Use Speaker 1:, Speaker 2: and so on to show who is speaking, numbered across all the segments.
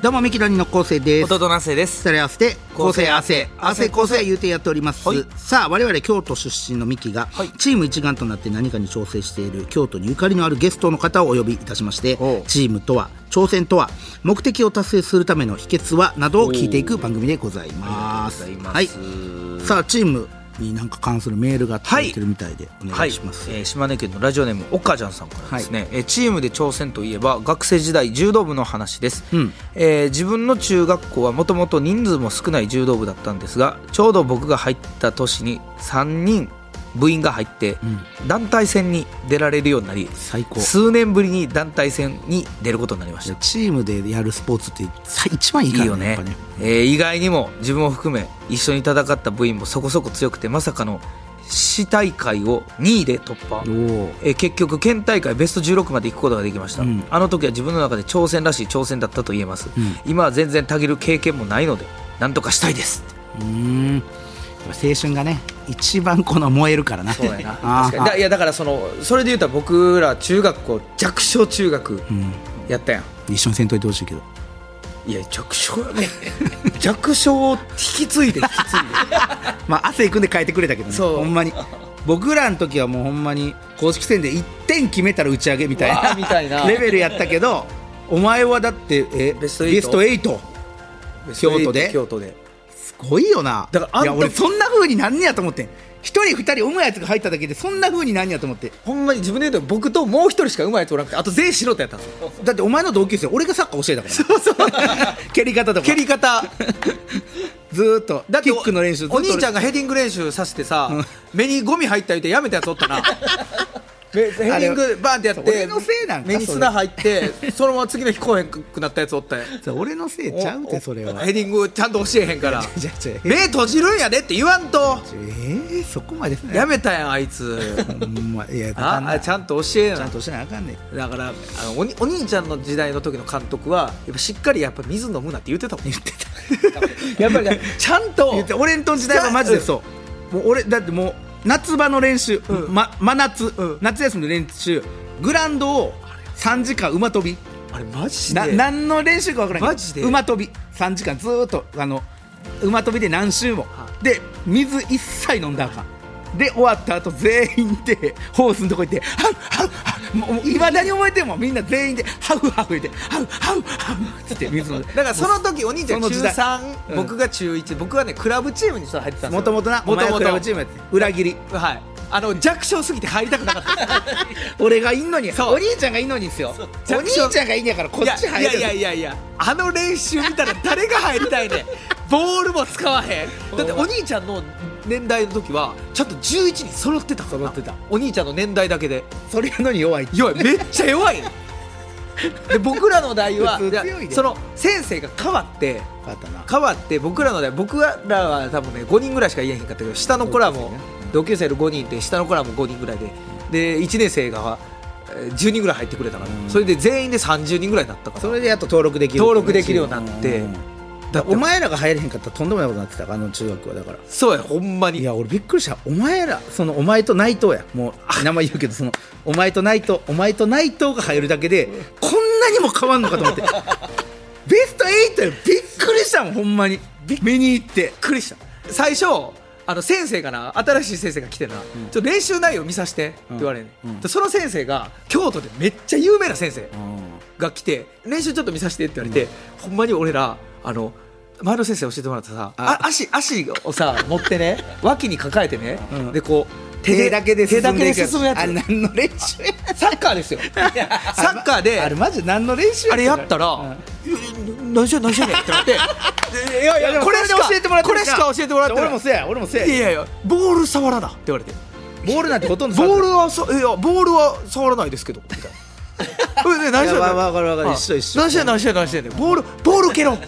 Speaker 1: どうもミキの二の構成です
Speaker 2: 弟なせいです
Speaker 1: それ合わせて構
Speaker 2: 構
Speaker 1: 成
Speaker 2: 成
Speaker 1: 汗汗構成言うてやっております、
Speaker 2: はい
Speaker 1: さあ我々京都出身のミキが、
Speaker 2: はい
Speaker 1: チーム一丸となって何かに挑戦している京都にゆかりのあるゲストの方をお呼びいたしまして
Speaker 2: おう
Speaker 1: チームとは挑戦とは目的を達成するための秘訣はなどを聞いていく番組でございます
Speaker 2: ありがとうござ
Speaker 1: はいい
Speaker 2: ます、
Speaker 1: さあチームに何か関するメールが届いてるみたいで、お
Speaker 2: は
Speaker 1: 願
Speaker 2: い、
Speaker 1: い
Speaker 2: え
Speaker 1: します、
Speaker 2: ー島根県のラジオネームおかちゃんさんからですね、えーチームで挑戦といえば学生時代柔道部の話です、
Speaker 1: ん
Speaker 2: えー自分の中学校はもともと人数も少ない柔道部だったんですがちょうど僕が入った年に3人部員が入って団体戦に出られるようになり
Speaker 1: 最高
Speaker 2: 数年ぶりに団体戦に出ることになりました
Speaker 1: チームでやるスポーツってさ一番いい
Speaker 2: い
Speaker 1: か
Speaker 2: い
Speaker 1: ら
Speaker 2: よ
Speaker 1: ねやっ
Speaker 2: ね
Speaker 1: ぱね
Speaker 2: えー意外にも自分を含め一緒に戦った部員もそこそこ強くてまさかの市大会を2位で突破
Speaker 1: おお
Speaker 2: えー結局県大会ベスト16まで行くことができました、
Speaker 1: うん
Speaker 2: あの時は自分の中で挑戦らしい挑戦だったと言えます、
Speaker 1: ん
Speaker 2: 今は全然たぎる経験もないのでなんとかしたいです
Speaker 1: うーんやっぱ青春がね一番この燃えるからな
Speaker 2: そうやな
Speaker 1: あー
Speaker 2: 確かにだいやだからそのそれで言うたら僕ら中学校弱小中学
Speaker 1: うん
Speaker 2: やったやん、
Speaker 1: 一緒にせんといてほしい けど
Speaker 2: いや弱小やね弱小を引き継いで引き継いで
Speaker 1: まあ汗いくんで変えてくれたけどね
Speaker 2: そう
Speaker 1: ほんまに僕らの時はもうほんまに公式戦で1点決めたら打ち上げみたいな
Speaker 2: わあみたい な
Speaker 1: レベルやったけどお前はだってえ
Speaker 2: ベスト8
Speaker 1: ベスト8京都で
Speaker 2: 京都です
Speaker 1: ごいよな
Speaker 2: だからあん
Speaker 1: い
Speaker 2: た
Speaker 1: や俺そんな風になんねやと思ってん一人二人うまいやつが入っただけでそんな風になんねやと思って
Speaker 2: ほんまに自分で言うと僕ともう一人しかうまいやつおらなくてあと全員素人やったんですよ
Speaker 1: だってお前の同級生俺がサッカー教えたからそうそう 蹴り方とか
Speaker 2: 蹴 り方
Speaker 1: ずーっと
Speaker 2: だって
Speaker 1: キックの練習ずっと
Speaker 2: お兄ちゃんがヘディング練習させてさ、目にゴミ入った言うてやめたやつおったなめヘディングバーンってやって
Speaker 1: 俺のせいなんか
Speaker 2: 目に砂入ってそのまま次の日来おへんくなったやつおったよ
Speaker 1: それ俺のせいちゃうてそれは
Speaker 2: ヘディングちゃんと教えへんから
Speaker 1: じゃあじゃあ
Speaker 2: 目閉じるんやでって言わん と
Speaker 1: えー、そこまでですね
Speaker 2: やめたやんあ いつ
Speaker 1: ほんまいや
Speaker 2: ああちゃんと教え
Speaker 1: ちゃ
Speaker 2: なん
Speaker 1: としなあかんねん
Speaker 2: だからあのおにお兄ちゃんの時代の時の監督はやっぱしっかりやっぱ水飲むなって言って たもん言ってたやっぱりねちゃんと
Speaker 1: 言って俺んと時代はマジでそうもう俺だってもう夏場の練習、
Speaker 2: うん
Speaker 1: ま、真夏、
Speaker 2: うん
Speaker 1: 夏休みの練習グラウンドを3時間馬跳び
Speaker 2: あれマジ
Speaker 1: な
Speaker 2: で
Speaker 1: 何の練習か分からない
Speaker 2: マジで
Speaker 1: 馬跳び3時間ずーっとあの馬跳びで何周も
Speaker 2: は
Speaker 1: で水一切飲んだらあかんで終わった後全員でホースのとこ行ってハウハウハウもういまだに覚えてるもんみんな全員でハウハウ言ってハウハウハウっつって水飲んで
Speaker 2: だからその時お兄ちゃん
Speaker 1: その
Speaker 2: 中
Speaker 1: 時代
Speaker 2: 3、
Speaker 1: うん
Speaker 2: 僕が中1僕はねクラブチームにちょっと入ってたんですよ
Speaker 1: もともとなお
Speaker 2: も
Speaker 1: 前は
Speaker 2: とも
Speaker 1: クラブ
Speaker 2: と
Speaker 1: チームやって裏切り
Speaker 2: はいあの弱小すぎて入りたくなかった
Speaker 1: 俺がいんのに
Speaker 2: そう
Speaker 1: お兄ちゃんがいんのにですよお
Speaker 2: 弱
Speaker 1: 兄
Speaker 2: 小
Speaker 1: ちゃんがいんやから こっち入
Speaker 2: い
Speaker 1: る
Speaker 2: やいやいやいやあの練習見たら誰が入りたいねんボールも使わへん だってお兄ちゃんの年代の時はちゃんと11人揃ってた揃ってたお兄ちゃんの年代だけで
Speaker 1: それやのに弱いって
Speaker 2: 弱いめっちゃ弱いねで僕らの代は
Speaker 1: 普通強いね
Speaker 2: その先生が変わって
Speaker 1: あったな
Speaker 2: 変わって僕らの代僕らは多分ね5人ぐらいしか言えへんかったけど下の子らも同級生の5人で下の子らも5人ぐらいでで1年生がえー10人ぐらい入ってくれたから、
Speaker 1: うん
Speaker 2: それで全員で30人ぐらいになったから
Speaker 1: それでやっと登録できる
Speaker 2: 登録できるようになって
Speaker 1: うん
Speaker 2: だって
Speaker 1: お前らが入れへんかったらとんでもないことになってたあの中学はだから
Speaker 2: そうやほんま
Speaker 1: い
Speaker 2: に
Speaker 1: や俺びっくりしたお前らそのお前と内藤やもう名前言うけどそのお前と内藤お前と内藤が入るだけでこんなにも変わんのかと思って ベスト8よびっくりしたもんほんまに目に行って
Speaker 2: びっくりした最初あの先生がな新しい先生が来てな、ちょっと練習内容見させてって言われんね、
Speaker 1: うん
Speaker 2: でその先生が京都でめっちゃ有名な先生、
Speaker 1: う
Speaker 2: が来て練習ちょっと見させてって言われて、ほんまに俺らあの前の先生教えてもらったさあ足足をさ持ってね 脇に抱えてね、
Speaker 1: うん
Speaker 2: でこう
Speaker 1: 手だけで進
Speaker 2: 手だ
Speaker 1: ん
Speaker 2: け
Speaker 1: でい
Speaker 2: で
Speaker 1: く
Speaker 2: 進むやつ
Speaker 1: あれ何の練習や
Speaker 2: サッカーで すよサッカーで
Speaker 1: あれマジで何の練習
Speaker 2: あれやったら
Speaker 1: うん
Speaker 2: 「うん何しよう何しようね」ってなっていやい や
Speaker 1: いやでも
Speaker 2: これ
Speaker 1: そ
Speaker 2: し
Speaker 1: で
Speaker 2: か
Speaker 1: 教えてもらって
Speaker 2: これしか教えてもらってない
Speaker 1: 俺もそうや俺もそうや
Speaker 2: いやいやボール触らなって言われて
Speaker 1: ボールなんてほとんど
Speaker 2: ボールはそいやボールは触らないですけどみた いなえね何し
Speaker 1: いや
Speaker 2: よう何しよう
Speaker 1: わわかるわかる
Speaker 2: はい
Speaker 1: 一緒一緒
Speaker 2: 何しよう何しよう何しようねボールボール蹴ろう、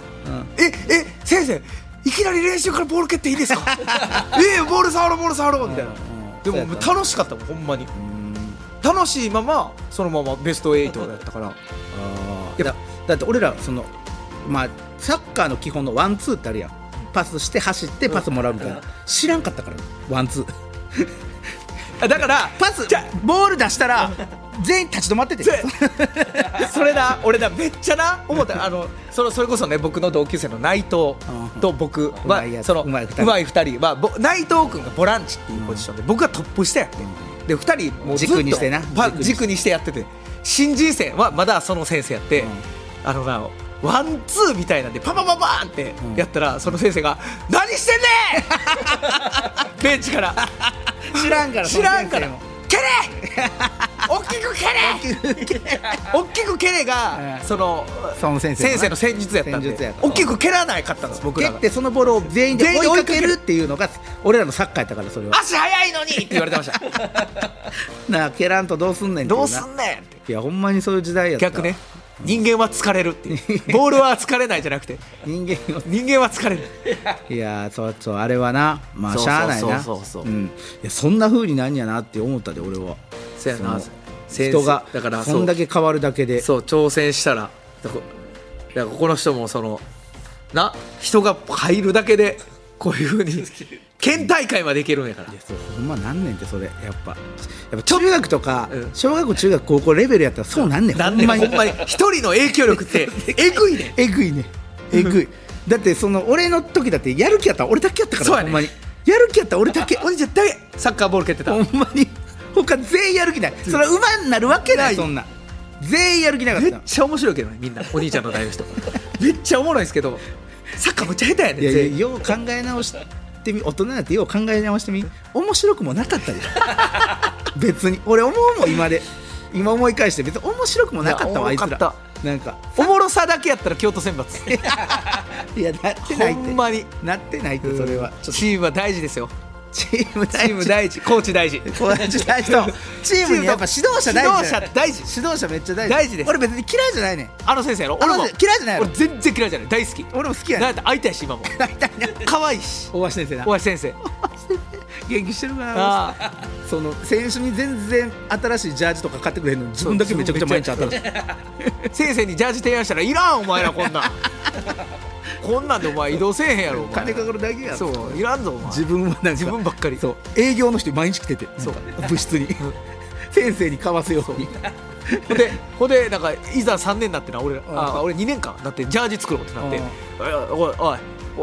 Speaker 2: ええ先生いきなり練習からボール 蹴っていいですかえボール触ろうボール触ろうみたいな、
Speaker 1: うんうん
Speaker 2: でも
Speaker 1: そうやった
Speaker 2: 楽しかったもんほんまに楽しいままそのままベスト8だった から
Speaker 1: あーだだって俺らその、まあ、サッカーの基本のワンツーってあるやんパスして走ってパスもらうみたいな、知らんかったからワンツー
Speaker 2: あだから
Speaker 1: パス
Speaker 2: じゃ
Speaker 1: ボール出したら全員立ち止まってて
Speaker 2: それ それな俺なめっちゃな思ったあのそのそれこそね僕の同級生の内藤と僕
Speaker 1: う
Speaker 2: は
Speaker 1: まいやつ
Speaker 2: その
Speaker 1: うまい二人
Speaker 2: うまい二人はぼ内藤君がボランチっていうポジションで僕がトップ下やってで二人もうずっと
Speaker 1: 軸にしてな
Speaker 2: パ
Speaker 1: 軸にして
Speaker 2: 軸にしてやってて新人生はまだその先生やって
Speaker 1: うん
Speaker 2: あのなワンツーみたいなんでパパパパーンってやったらその先生が「何してんね ん! 」ベンチから
Speaker 1: 知らんから
Speaker 2: 知らんから
Speaker 1: その先
Speaker 2: 蹴 れ大きく蹴れ大きく蹴れが
Speaker 1: うん
Speaker 2: その
Speaker 1: その先生のな
Speaker 2: 先生の戦術やったん
Speaker 1: 戦術や
Speaker 2: で
Speaker 1: から
Speaker 2: 大きく蹴らないかったんです僕
Speaker 1: 生
Speaker 2: ら
Speaker 1: 蹴
Speaker 2: が
Speaker 1: ってそのボールを全員で
Speaker 2: 全員で
Speaker 1: 追
Speaker 2: 追
Speaker 1: い
Speaker 2: い
Speaker 1: か
Speaker 2: か
Speaker 1: け
Speaker 2: け
Speaker 1: る
Speaker 2: る
Speaker 1: っていうのが俺らのサッカーやったからそれは
Speaker 2: 足速いのにって言われてました
Speaker 1: なあ蹴らんとどうすんねんってい
Speaker 2: ど
Speaker 1: な
Speaker 2: うすんねんって
Speaker 1: いやほんまにそういう時代やった
Speaker 2: 逆ね人間は疲れる っていうボールは疲れないじゃなくて
Speaker 1: 人間を
Speaker 2: 人間は疲れる
Speaker 1: いやーそうそうあれはなまあ
Speaker 2: そうそう
Speaker 1: しゃあないな
Speaker 2: そうそうそう
Speaker 1: うん、いやそんな風になんやなって思ったで俺は
Speaker 2: そうやな
Speaker 1: その
Speaker 2: 先生
Speaker 1: 人が
Speaker 2: だから
Speaker 1: そんだけ変わるだけで
Speaker 2: そう挑戦したらだこだからこの人もそのな人が入るだけでこういうふうに県大会までいけるんやから
Speaker 1: いやそうほんまなんねんってそれやっぱやっぱ中学とか、
Speaker 2: うん
Speaker 1: 小学校中学高校レベルやったらそうなんねん
Speaker 2: なんで
Speaker 1: ほん
Speaker 2: ほ
Speaker 1: まに
Speaker 2: んまに一人の影響 力ってえぐいね
Speaker 1: えぐいねえぐいだってその俺の時だってやる気やったら俺だけやったから
Speaker 2: そうやね
Speaker 1: ほんまにやる気やったら俺だけ
Speaker 2: 俺絶対サッカーボール蹴ってた
Speaker 1: ほんまに他全員やる気ないそれは馬になるわけない
Speaker 2: ない
Speaker 1: そんな全員やる気なかっ
Speaker 2: めった
Speaker 1: の
Speaker 2: ちゃ面白いけどねみんなお兄ちゃんの代 の人めっちゃおもろいんですけどサッカーめっちゃ下手やね
Speaker 1: いや
Speaker 2: 全員
Speaker 1: いやよう考え直してみ大人になってよう考え直してみ面白くもなかったで 別に俺思うもん今で今思い返して別に面白くもなかったわあ
Speaker 2: い
Speaker 1: いつ
Speaker 2: やおもろからっ
Speaker 1: なんか
Speaker 2: おもろさだけやったら京都選抜
Speaker 1: いやなってないっ
Speaker 2: ほ
Speaker 1: て
Speaker 2: んまに
Speaker 1: なってない ってそれは
Speaker 2: チームは大事ですよ
Speaker 1: チーム
Speaker 2: チ
Speaker 1: 大
Speaker 2: ーム大事コーチ大事
Speaker 1: 事大事大事とチームにやっぱ指導者大事
Speaker 2: 指導者大事
Speaker 1: 指導者めっちゃ大事
Speaker 2: 大事です
Speaker 1: 俺別に嫌いじゃないねん
Speaker 2: あの先生やろ
Speaker 1: あの
Speaker 2: 俺も
Speaker 1: 先生嫌いじゃないやろ
Speaker 2: 俺全然嫌いじゃない大好き
Speaker 1: 俺も好きや
Speaker 2: な
Speaker 1: ねん
Speaker 2: んやったら会いたいし今も
Speaker 1: 大体な
Speaker 2: 可愛い し
Speaker 1: 大橋先生な
Speaker 2: 大橋 先生
Speaker 1: 元気してるかな
Speaker 2: ああ
Speaker 1: その選手に全然新しいジャージとか買ってくれへんのに自分だけめちゃくちゃ毎日新しい
Speaker 2: 先生にジャージ提案したらいらんお前らこ んなんこんなんでお前移動せえへんやろお前
Speaker 1: 金かかるだけやん
Speaker 2: そういらんぞお前
Speaker 1: 自分はなんか
Speaker 2: 自分ばっかり
Speaker 1: そう営業の人毎日来てて
Speaker 2: そう
Speaker 1: なんか部室に 先生に買わせように
Speaker 2: ほんでほんでなんかいざ3年になってな俺ら
Speaker 1: ん
Speaker 2: あ俺2年間だってジャージ作ろうってなって
Speaker 1: うん
Speaker 2: おいおいおい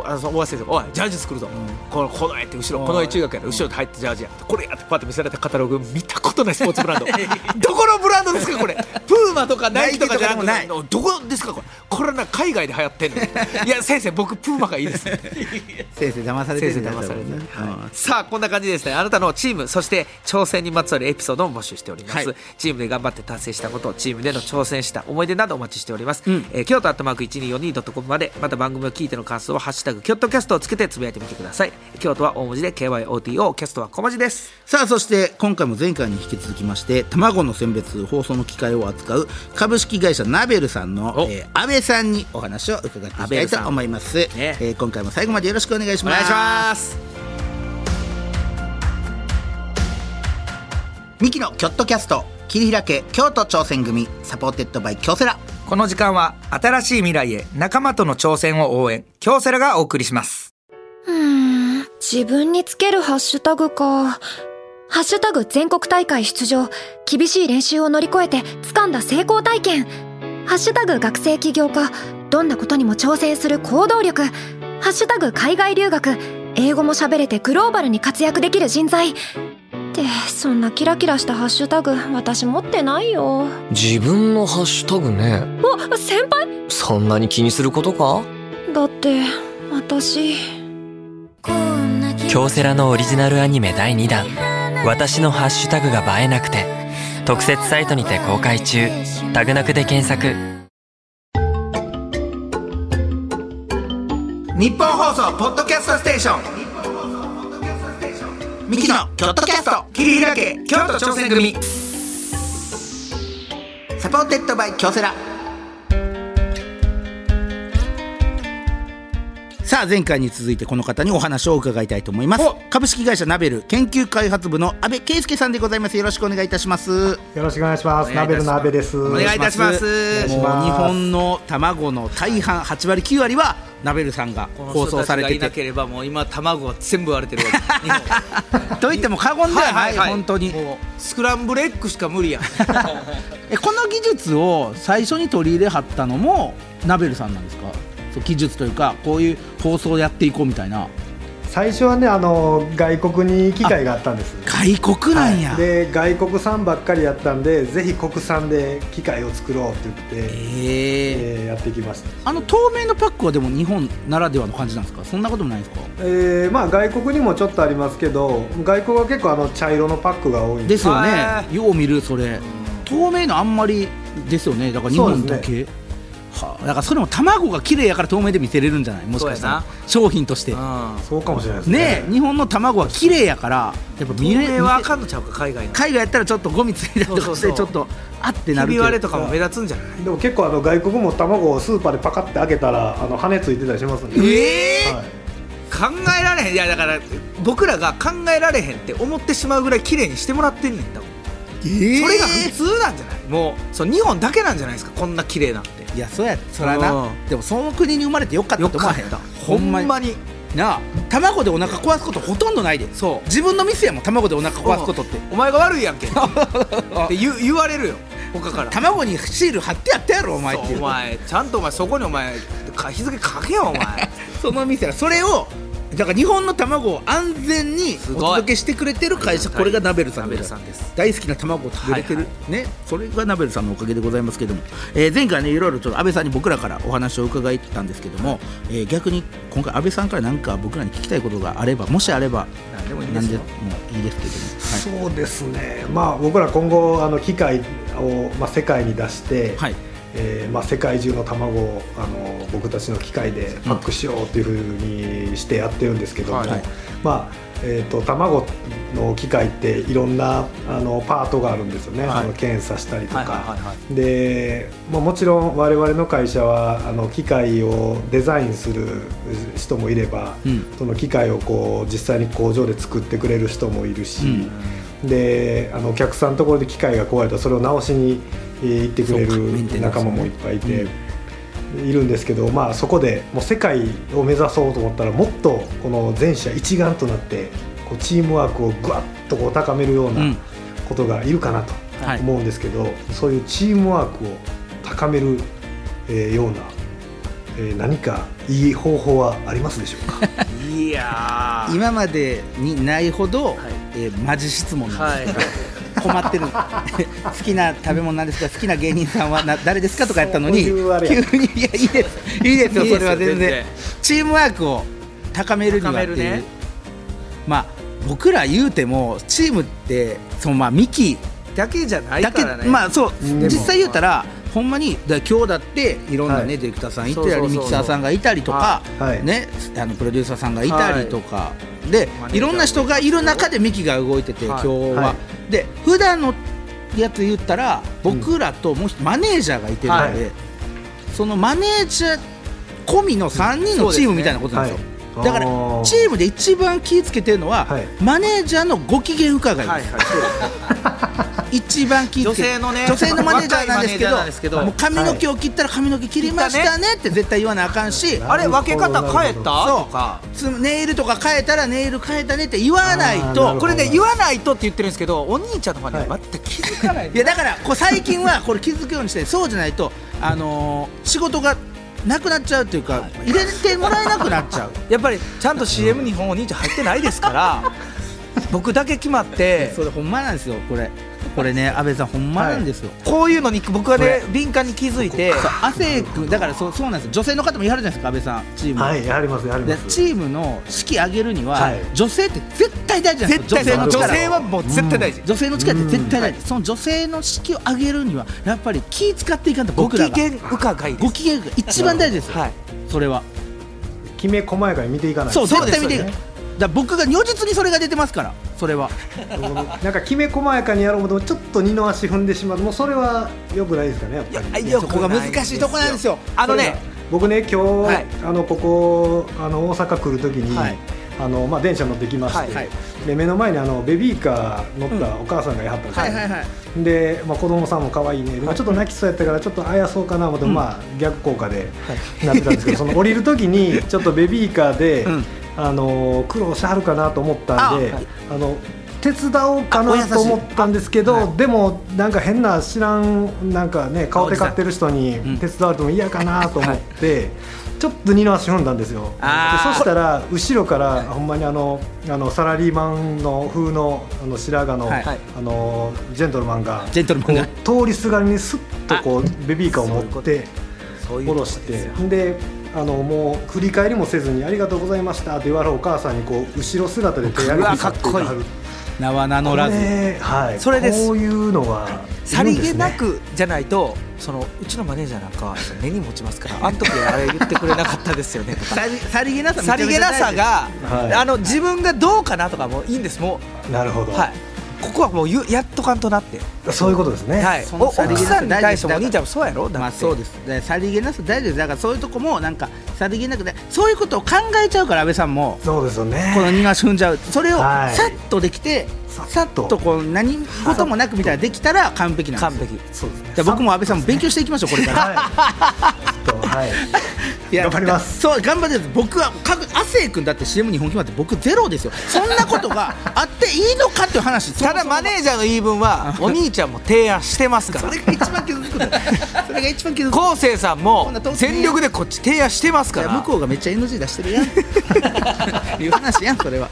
Speaker 2: あの大橋先生おいジャージ作るぞ、このこの絵って後ろこの絵中学やな後ろで入ってジャージやこれやってパッて見せられたカタログ見たことないスポーツブランド どこのブランドです かこれプーマとかナイキとかじゃなく
Speaker 1: ナイ
Speaker 2: て
Speaker 1: キと
Speaker 2: どこですかこれこれな海外で流行ってんのいや先生僕プーマがいいです
Speaker 1: 先生騙されて
Speaker 2: 先
Speaker 1: る
Speaker 2: 生
Speaker 1: んだよ
Speaker 2: 騙されてる、
Speaker 1: 多分ねうん
Speaker 2: はいさあこんな感じでですねあなたのチームそして挑戦にまつわるエピソードを募集しております、
Speaker 1: はい
Speaker 2: チームで頑張って達成したことチームでの挑戦した思い出などお待ちしております、
Speaker 1: うん
Speaker 2: えー京都アットマーク 1242.com までまた番組を聞いての感想をハッシュタグキョットキャストをつけてつぶやいてみてください京都は大文字で KYOTO キャストは小文字です
Speaker 1: さあそして今回も前回に引き続きまして卵の選別放送の機会を扱う株式会社ナベルさんの、
Speaker 2: お
Speaker 1: えー、安倍さんにお話を伺っていきたいと思います、
Speaker 2: さんね
Speaker 1: えー今回も最後までよろしくお願いし
Speaker 2: お
Speaker 1: ます
Speaker 2: 願いします
Speaker 1: ミキのキョットキャスト切り開け京都挑戦組サポーテッドバイ京セラ
Speaker 2: この時間は新しい未来へ仲間との挑戦を応援京セラがお送りします
Speaker 3: うーん自分につけるハッシュタグか。ハッシュタグ全国大会出場。厳しい練習を乗り越えて掴んだ成功体験。ハッシュタグ学生起業家。どんなことにも挑戦する行動力。ハッシュタグ海外留学。英語も喋れてグローバルに活躍できる人材。って、そんなキラキラしたハッシュタグ、私持ってないよ。
Speaker 4: 自分のハッシュタグね
Speaker 3: あ、先輩
Speaker 4: そんなに気にすることか
Speaker 3: だって、私。
Speaker 4: 京セラのオリジナルアニメ第2弾「私のハッシュタグが映えなくて」特設サイトにて公開中タグなくで検索
Speaker 1: 日本放送ポッドキャストステーションミキのキョットキャスト切り開け京都挑戦組サポーテッドバイ京セラさあ前回に続いてこの方にお話を伺いたいと思います
Speaker 2: お
Speaker 1: 株式会社ナベル研究開発部の安部圭介さんでございますよろしくお願いいたします
Speaker 5: よろしくお願いします。ナベルの阿部です。
Speaker 1: お願いいたします
Speaker 5: お願い
Speaker 1: も
Speaker 5: し
Speaker 1: う
Speaker 5: ます
Speaker 1: 日本の卵の大半8割9割はナベルさんが
Speaker 2: この
Speaker 1: 放
Speaker 2: 人
Speaker 1: 送
Speaker 2: た
Speaker 1: さ
Speaker 2: ち
Speaker 1: れ
Speaker 2: が
Speaker 1: て
Speaker 2: い
Speaker 1: て
Speaker 2: なければもう今卵は全部割れてるわけ日本
Speaker 1: と言っても過言ではない、本当に
Speaker 2: もうスクランブルエ ッグしか無理やん
Speaker 1: えこの技術を最初に取り入れはったのもナベルさんなんですかそう技術というかこういう放送をやっていこうみたいな
Speaker 5: 最初はね、あの外国に機会があったんです。
Speaker 1: 外国なんや、
Speaker 5: で、外国産ばっかりやったんで、ぜひ国産で機械を作ろうって言って、
Speaker 1: ええ
Speaker 5: えーやってきました。
Speaker 1: あの透明のパックはでも日本ならではの感じなんですかそんなこともないんですか
Speaker 5: えーまあ外国にもちょっとありますけど、外国は結構あの茶色のパックが多いんで
Speaker 1: ですよね
Speaker 2: あ
Speaker 1: よう見るそれ透明のあんまりですよねだから日本だ
Speaker 5: そう
Speaker 1: け、はあ、だからそれも卵が綺麗やから透明で見せれるんじゃないもしかしたら
Speaker 2: そ
Speaker 1: 商品として
Speaker 2: うん
Speaker 5: そうかもしれないですね。
Speaker 1: ねえ日本の卵は綺麗やからやっぱ見
Speaker 2: 見
Speaker 1: れ
Speaker 2: れはあ
Speaker 1: 見せ
Speaker 2: かんのちゃうか海外の
Speaker 1: 海外やったらちょっとゴミついたりと
Speaker 2: そ
Speaker 1: か
Speaker 2: う
Speaker 1: し
Speaker 2: そう
Speaker 1: て
Speaker 2: そう
Speaker 1: ちょっとあってな
Speaker 2: ひ
Speaker 1: る
Speaker 2: び割れ
Speaker 1: け
Speaker 2: と
Speaker 1: ど
Speaker 2: かも目立つんじゃない
Speaker 5: でも結構あの外国も卵をスーパーでパカって開けたら、あの羽ついてたりしますんで。
Speaker 2: ええ
Speaker 5: はい
Speaker 2: 考えられへんいやだから僕らが考えられへんって思ってしまうぐらい綺麗にしてもらってんねんだもん
Speaker 1: え
Speaker 2: それが普通なんじゃないもうそう日本だけなんじゃないですかこんな綺麗なんて
Speaker 1: いやそやそらな
Speaker 2: うん
Speaker 1: でもその国に生まれてよかった
Speaker 2: よ
Speaker 1: って思
Speaker 2: か
Speaker 1: わ
Speaker 2: っ
Speaker 1: へん
Speaker 2: た
Speaker 1: ほ
Speaker 2: ほ
Speaker 1: ん
Speaker 2: ん
Speaker 1: まに
Speaker 2: まに
Speaker 1: なあ卵でお腹壊すことほとんどないで
Speaker 2: そう
Speaker 1: 自分のミスやもん卵でお腹壊すことって
Speaker 2: お前が悪いやんけって言う言われるよ他から
Speaker 1: 卵にシール貼ってやったやろお前っていう
Speaker 2: お前ちゃんとお前そこにお前か日付かけよお前
Speaker 1: その店はそれをだから日本の卵を安全にお
Speaker 2: ごい
Speaker 1: 届けしてくれてる会社これがナベルさん
Speaker 2: ナベル
Speaker 1: です
Speaker 2: さんです
Speaker 1: 大好きな卵を食べれてる、
Speaker 2: はい
Speaker 1: ねそれがナベルさんのおかげでございますけども、えー前回ねいろいろちょっと安倍さんに僕らからお話を伺いたんですけども、えー逆に今回安倍さんから何か僕らに聞きたいことがあればもしあれば
Speaker 2: 何でもいいですよ
Speaker 1: 何でもいいですけども
Speaker 5: そうですね、まあ、僕ら今後あの機械を、まあ、世界に出して、
Speaker 1: はい、はい
Speaker 5: えーまあ、世界中の卵をあの僕たちの機械でパックしようというふうにしてやってるんですけども、
Speaker 2: はい
Speaker 1: はい
Speaker 5: まあえー、と卵の機械っていろんなあのパートがあるんですよね、
Speaker 2: はい
Speaker 5: あの検査したりとか。
Speaker 2: いはい
Speaker 5: でまあ、もちろん我々の会社はあの機械をデザインする人もいれば、
Speaker 1: うん
Speaker 5: その機械をこう実際に工場で作ってくれる人もいるし、であのお客さんのところで機械が壊れたらそれを直しにえー行ってくれ
Speaker 1: そうかメンテ
Speaker 5: る
Speaker 1: ナンスね
Speaker 5: 仲間もいっぱいいて。いるんですけど、まあ、そこでもう世界を目指そうと思ったらもっとこの全社一丸となってこうチームワークをぐわっとこう高めるよう
Speaker 1: う
Speaker 5: なんことがいるかなと
Speaker 1: はい
Speaker 5: 思うんですけど、そういうチームワークを高める、えーような、えー何かいい方法はありますでしょ うか
Speaker 2: いやー
Speaker 1: 今までにないほど、え
Speaker 2: い
Speaker 1: ーマジ質問なんですけど、
Speaker 2: は
Speaker 1: 困ってる好きな食べ物なんですか好きな芸人さんはな誰ですかとかやったのに
Speaker 5: そ
Speaker 1: 急
Speaker 5: う
Speaker 1: に
Speaker 5: いうあれや
Speaker 1: いやいいですいいですよ
Speaker 2: いいですよ
Speaker 1: それは全然
Speaker 2: 全然
Speaker 1: チームワークを高めるにはっていう、
Speaker 2: 高めるね
Speaker 1: まあ僕ら言うてもチームってそのまあミキ
Speaker 2: だけじゃない
Speaker 1: だ
Speaker 2: か
Speaker 1: け、
Speaker 2: らね
Speaker 1: まあそう
Speaker 5: うん
Speaker 1: 実際言うたらほんまにだから今日だっていろんなね、
Speaker 5: はい
Speaker 1: ディレクターさんい
Speaker 2: そ
Speaker 1: た
Speaker 2: うそう
Speaker 1: り
Speaker 2: そうそう
Speaker 1: ミキサーさんがいたりとか、
Speaker 5: はい
Speaker 1: ね、あのプロデューサーさんがいたりとか、で
Speaker 2: マネージャーも
Speaker 1: いろんな人がいる中でミキが動いてて、
Speaker 2: はい
Speaker 1: 今日は、
Speaker 5: は
Speaker 1: で普段のやつ言ったら僕らともう一人マネージャーがいてるので、
Speaker 5: は
Speaker 1: そのマネージャー込みの3人のチームみたいなことなんですよ。
Speaker 5: はい
Speaker 1: だから
Speaker 5: あー
Speaker 1: チームで一番気をつけてるのは、
Speaker 5: はい
Speaker 1: マネージャーのご機嫌伺いです、
Speaker 2: はいはいそうです
Speaker 1: 一番気をつけ
Speaker 2: 女性のね
Speaker 1: 女性のマネージャーなんですけ
Speaker 2: 若いマネージャー
Speaker 1: ど
Speaker 2: なんですけど
Speaker 1: もう髪の毛を切ったら髪の毛切りましたねって絶対言わなあかんし、
Speaker 5: はい
Speaker 2: あれ分け方変えたと
Speaker 1: そう
Speaker 2: か
Speaker 1: つネイルとか変えたらネイル変えたねって言わない
Speaker 5: あーなるほ
Speaker 1: と
Speaker 5: ど
Speaker 2: これね
Speaker 5: はい
Speaker 2: 言わないとって言ってるんですけどお兄ちゃんとかね
Speaker 5: はい
Speaker 2: 全く気づかない
Speaker 1: いやだからこう最近はこれ気づくようにしてそうじゃないと、あのー仕事がなくなっちゃうというか入れてもらえなくなっ ちゃう。
Speaker 2: やっぱりちゃんと CM に本お兄ちゃん入ってないですから僕だけ決まって
Speaker 1: それほんまなんですよこれこれね安倍さんほんまなんですよ。
Speaker 2: こういうのに僕は
Speaker 1: こ
Speaker 2: ね
Speaker 1: れ
Speaker 2: 敏感に気づいて
Speaker 1: そう汗くんだからそうそうなんですよ女性の方も言いはるじゃないですか安倍さんチーム、
Speaker 5: はいやはりますやはりま
Speaker 1: ですチームの士気上げるには、
Speaker 5: はい
Speaker 1: 女性って絶対大事なんです
Speaker 2: 絶
Speaker 1: よ
Speaker 2: 対その
Speaker 1: 女性の
Speaker 2: 女
Speaker 1: 力
Speaker 2: 性はもう絶対大事
Speaker 1: 女性の力って絶対大事、その女性の士気を上げるにはやっぱり気使っていかんと
Speaker 2: ご
Speaker 1: 僕
Speaker 2: 機
Speaker 1: らが
Speaker 2: 嫌伺いで
Speaker 1: ご
Speaker 2: す
Speaker 1: 機嫌が一番大事ですよ、
Speaker 2: はい
Speaker 1: それは
Speaker 5: きめ細やかに見ていかない
Speaker 1: そう
Speaker 5: と
Speaker 2: そう
Speaker 1: 絶
Speaker 2: です
Speaker 1: 対見ていく
Speaker 2: そう
Speaker 1: だから
Speaker 2: で
Speaker 1: 僕が如実にそれが出てますからそれは
Speaker 5: なんかきめ細やかにやろうと思ってもちょっと二の足踏んでしまうもうそれは良くないですかねやっぱり
Speaker 2: いや
Speaker 1: い
Speaker 2: い
Speaker 1: や
Speaker 2: や
Speaker 1: そこが難しいとこなんですよ
Speaker 2: あのね
Speaker 5: 僕ね今日、
Speaker 2: はい
Speaker 5: あのここあの大阪来る時に、
Speaker 1: はい
Speaker 5: あのまあ電車乗ってきまして、
Speaker 1: はい
Speaker 5: で目の前にあのベビーカー乗ったお母さんがいはったんですよ、
Speaker 1: はいはいはい
Speaker 5: で、まあ、子供さんも可愛いね、でまあちょっと泣きそうやったからちょっとあやそうかなと思って、まあ、逆効果でなってたんですけど、その降りる時にちょっとベビーカーで、
Speaker 1: うん
Speaker 5: あの苦労してはるかなと思ったんで
Speaker 2: あ
Speaker 5: あ、
Speaker 2: はい
Speaker 5: の手伝おうか
Speaker 1: あお優
Speaker 5: な
Speaker 1: しい
Speaker 5: と思ったんですけど、でもなんか変な知らんなんかね顔で買ってる人に
Speaker 1: ん
Speaker 5: 手伝われても嫌かなと思って。ちょっと二の足踏んだんですよ
Speaker 1: あ
Speaker 5: で
Speaker 1: ー
Speaker 5: そしたら後ろからほんまにあのあのサラリーマンの風のあの白髪の、
Speaker 1: はい
Speaker 2: はい
Speaker 5: あのジェントルマンが
Speaker 1: ジェントルマンが
Speaker 5: 通りすがりにすっとこうベビーカーを持って
Speaker 2: そういうこと
Speaker 5: 下ろ
Speaker 2: で
Speaker 5: して
Speaker 2: すよ
Speaker 5: であのもう振り返りもせずにありがとうございましたって言われるお母さんにこう後ろ姿で手上げ
Speaker 2: うわ
Speaker 5: て去っていかはる
Speaker 1: 名は名乗らず
Speaker 5: これはい
Speaker 2: それです
Speaker 5: こういうのは
Speaker 2: さりげな
Speaker 5: く
Speaker 2: くじゃないとそのうちのマネージャーなんかは根に持ちますからあの時あれ言ってくれなかったです よねとか
Speaker 1: さりさりげなさ
Speaker 2: さりげなさが、
Speaker 5: はい
Speaker 2: あの自分がどうかなとかもいいんですも
Speaker 5: なるほ
Speaker 2: う、
Speaker 5: ど、
Speaker 2: はい、ここはもうゆやっとかんとなって、
Speaker 5: そういうことですね、
Speaker 2: はい、
Speaker 1: そ
Speaker 2: お
Speaker 1: のさり
Speaker 2: 奥
Speaker 1: げな
Speaker 2: さ
Speaker 1: さ
Speaker 2: ん
Speaker 1: 大事です
Speaker 2: に対しても
Speaker 1: だから
Speaker 2: お兄ちゃんもそうやろだって、
Speaker 1: まあそうですでさりげなさ大事ですだからそういうとこもなんかさりげなくでそういうことを考えちゃうから安倍さんも
Speaker 5: そうですよね
Speaker 1: この二足踏んじゃうそれを
Speaker 5: は
Speaker 1: さ
Speaker 5: い
Speaker 1: っとできて
Speaker 5: さっと
Speaker 1: さっとこう何事もなくみたいなできたら完璧なん
Speaker 2: 完
Speaker 1: ですよ
Speaker 2: 璧
Speaker 5: そうですね
Speaker 1: じゃあ僕も安倍さんも勉強していきましょうこれから
Speaker 5: はいちょっとはい
Speaker 1: いや
Speaker 5: 頑張ります
Speaker 1: そう頑張ってます僕は各亜生君だって CM 日本決まって僕ゼロですよそんなことがあっていいのかっていう話
Speaker 2: ただマネージャーの言い分は お兄ちゃんも提案してますか
Speaker 1: そ
Speaker 2: ら
Speaker 1: れが一番傷つくのよ それが一番傷つく
Speaker 2: 昴生さん
Speaker 1: こ
Speaker 2: も
Speaker 1: んな遠くに
Speaker 2: 全力でこっち提案してます
Speaker 1: い
Speaker 2: か
Speaker 1: や
Speaker 2: ら
Speaker 1: 向こうがめっちゃ NG 出してるやんいう話やんそれは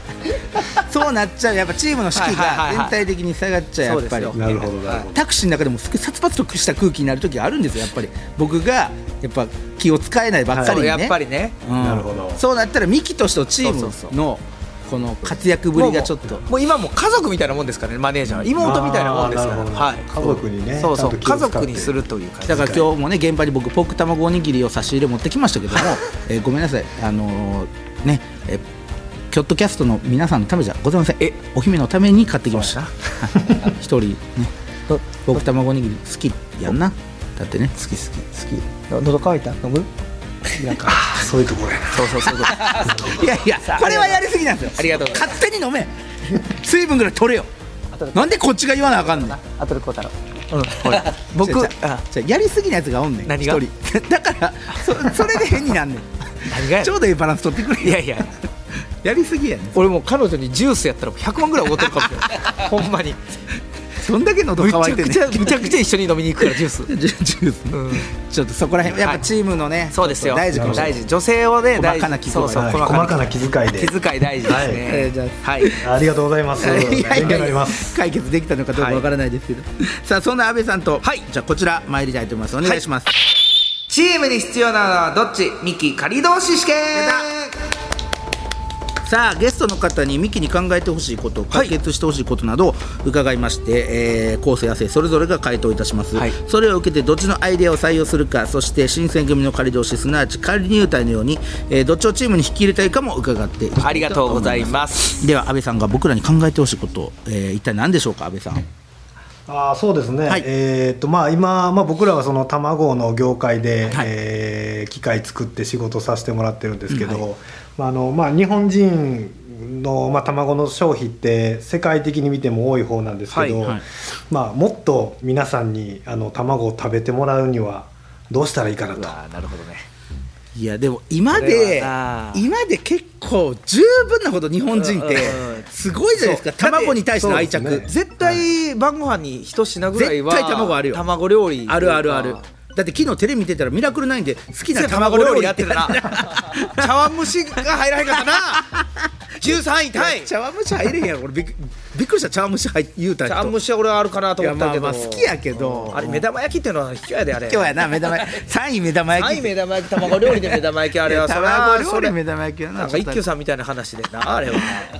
Speaker 1: そうなっちゃうやっぱチームの士気
Speaker 2: はいはいは
Speaker 1: が
Speaker 2: いはい
Speaker 1: 全体的に下がっちゃうやっぱり
Speaker 2: そうです
Speaker 5: なるほどなるほど
Speaker 1: タクシーの中でもすごい殺伐とした空気になる時があるんですよやっぱり僕がやっぱ気を使えないばっかり
Speaker 2: そう
Speaker 1: にね、
Speaker 2: やっぱりね
Speaker 1: うん
Speaker 5: なるほど
Speaker 1: そうなったらミキとしてのチー
Speaker 2: そうそうそ
Speaker 1: ムのこの活躍ぶりがちょっと
Speaker 2: もうもう今もう家族みたいなもんですからねマネージャーは妹みたいなもんですから、
Speaker 5: あーなるほど
Speaker 2: はい、
Speaker 5: 家族にね
Speaker 2: そうそう
Speaker 5: ちゃんと気
Speaker 2: 家
Speaker 5: を使って
Speaker 2: 族にするという感じ
Speaker 1: だから今日もね現場に僕ポーク卵おにぎりを差し入れ持ってきました けども、えーごめんなさいあのーねえーキョットキャストの皆さんのためじゃございませんえお姫のために買ってきました はい一人ねポーク卵おにぎり好きやんなだってね好き好き
Speaker 2: 喉乾いた飲む
Speaker 5: あそういうところやな
Speaker 2: そうそうそういうこと
Speaker 1: いやいやこれはやりすぎなんですよ
Speaker 2: ありがとうござい
Speaker 1: 勝手に飲め水分ぐらい取れよなんでこっちが言わなあかんねん
Speaker 2: あとでこうたろうん ほら僕
Speaker 1: 僕
Speaker 2: あ
Speaker 1: やりすぎなやつがおんねん
Speaker 2: 何が
Speaker 1: 一人 だからそそれで変に なんねん
Speaker 2: 何がや
Speaker 1: ちょうどいいバランス取ってくれ
Speaker 2: いやいや
Speaker 1: やりすぎやねん
Speaker 2: 俺もう彼女にジュースやったら100万ぐらいおごってるかもしれな いほんまに
Speaker 1: そんだけ喉
Speaker 2: むち
Speaker 1: 乾
Speaker 2: ゃ
Speaker 1: いてん
Speaker 2: く
Speaker 1: ねん
Speaker 2: ち ゃむちゃくちゃ一緒に飲みに行くからジュース
Speaker 1: ジュジュースね、
Speaker 2: うん
Speaker 1: ちょっとそこら辺やっ
Speaker 2: は
Speaker 1: ぱ
Speaker 2: い
Speaker 1: チームのね、
Speaker 2: そうですよ
Speaker 1: 大事かもしれない
Speaker 2: 大事女性をね大
Speaker 1: 細かな
Speaker 2: 事
Speaker 1: 気遣い
Speaker 2: そうそう
Speaker 5: はい
Speaker 2: 細
Speaker 5: 細か
Speaker 2: か
Speaker 5: な
Speaker 2: な
Speaker 5: 気遣いで
Speaker 2: 気遣い大事です
Speaker 5: はい
Speaker 1: えーじゃ
Speaker 2: ね
Speaker 1: あ
Speaker 2: はい
Speaker 5: ありがとうございます。
Speaker 1: いやい
Speaker 5: 勉
Speaker 1: や
Speaker 5: 強になります。
Speaker 1: 解決できたのかどうかわからないですけど、さあそんな安倍さんと、はい、じゃあこちら参りたいと思いますお願いします、
Speaker 2: チームに必要なのはどっちミキ仮同士試験
Speaker 1: さあゲストの方にミキに考えてほしいこと解決してほしいことなどを伺いまして、えー、構成亜生それぞれが回答いたします、
Speaker 2: はい
Speaker 1: それを受けてどっちのアイデアを採用するかそして新選組の仮同士すなわち仮入隊のように、えー、どっちをチームに引き入れたいかも伺っていきたいと思います
Speaker 2: ありがとうございます
Speaker 1: では安倍さんが僕らに考えてほしいこと、えー、一体何でしょうか安倍さん
Speaker 5: あーそうですね、
Speaker 1: はい
Speaker 5: えーっとまあ、今、まあ、僕らはその卵の業界で、
Speaker 1: はい
Speaker 5: えー機械作って仕事させてもらってるんですけど、まああのまあ、日本人の、まあ、卵の消費って世界的に見ても多い方なんですけど、
Speaker 1: はいはい
Speaker 5: まあ、もっと皆さんにあの卵を食べてもらうにはどうしたらいいかな
Speaker 2: う
Speaker 5: と。
Speaker 2: わーなるほどね
Speaker 1: いやでも今
Speaker 2: これ
Speaker 1: で
Speaker 2: はな
Speaker 1: 今で結構十分なほど日本人って
Speaker 2: うんうんうん
Speaker 1: すごいじゃないですか
Speaker 2: そうだって
Speaker 1: 卵に対しての愛
Speaker 5: そうです
Speaker 1: 着
Speaker 5: ね
Speaker 2: 絶対晩ご飯に一品ぐらいは
Speaker 1: 絶対卵あるよ
Speaker 2: 卵料理
Speaker 1: あるあるあるだって昨日テレビ見てたらミラクル9で好きな卵
Speaker 2: 卵
Speaker 1: 料
Speaker 2: 料
Speaker 1: 理
Speaker 2: 理
Speaker 1: や
Speaker 2: や
Speaker 1: っ
Speaker 2: ってて
Speaker 1: た
Speaker 2: た
Speaker 1: ら
Speaker 2: な 茶碗蒸しが入らへんかったな13位タイ茶
Speaker 1: 茶碗蒸し入れへんやろこれびっくびっくりした茶碗蒸し入っ言うたんと
Speaker 2: 碗蒸しは俺はあるかなと思ったけど
Speaker 1: いやまあまあ好きやけど
Speaker 2: うんあれ目玉焼きっていうのは卑怯やであれ
Speaker 1: 今日やな目玉焼き3位目玉焼き
Speaker 2: 3位目玉焼き卵料理で目玉焼きあれはそれは
Speaker 1: 卵料
Speaker 2: それ
Speaker 1: 理目玉焼きやな
Speaker 2: なんか一休さんみたいな話でなあれは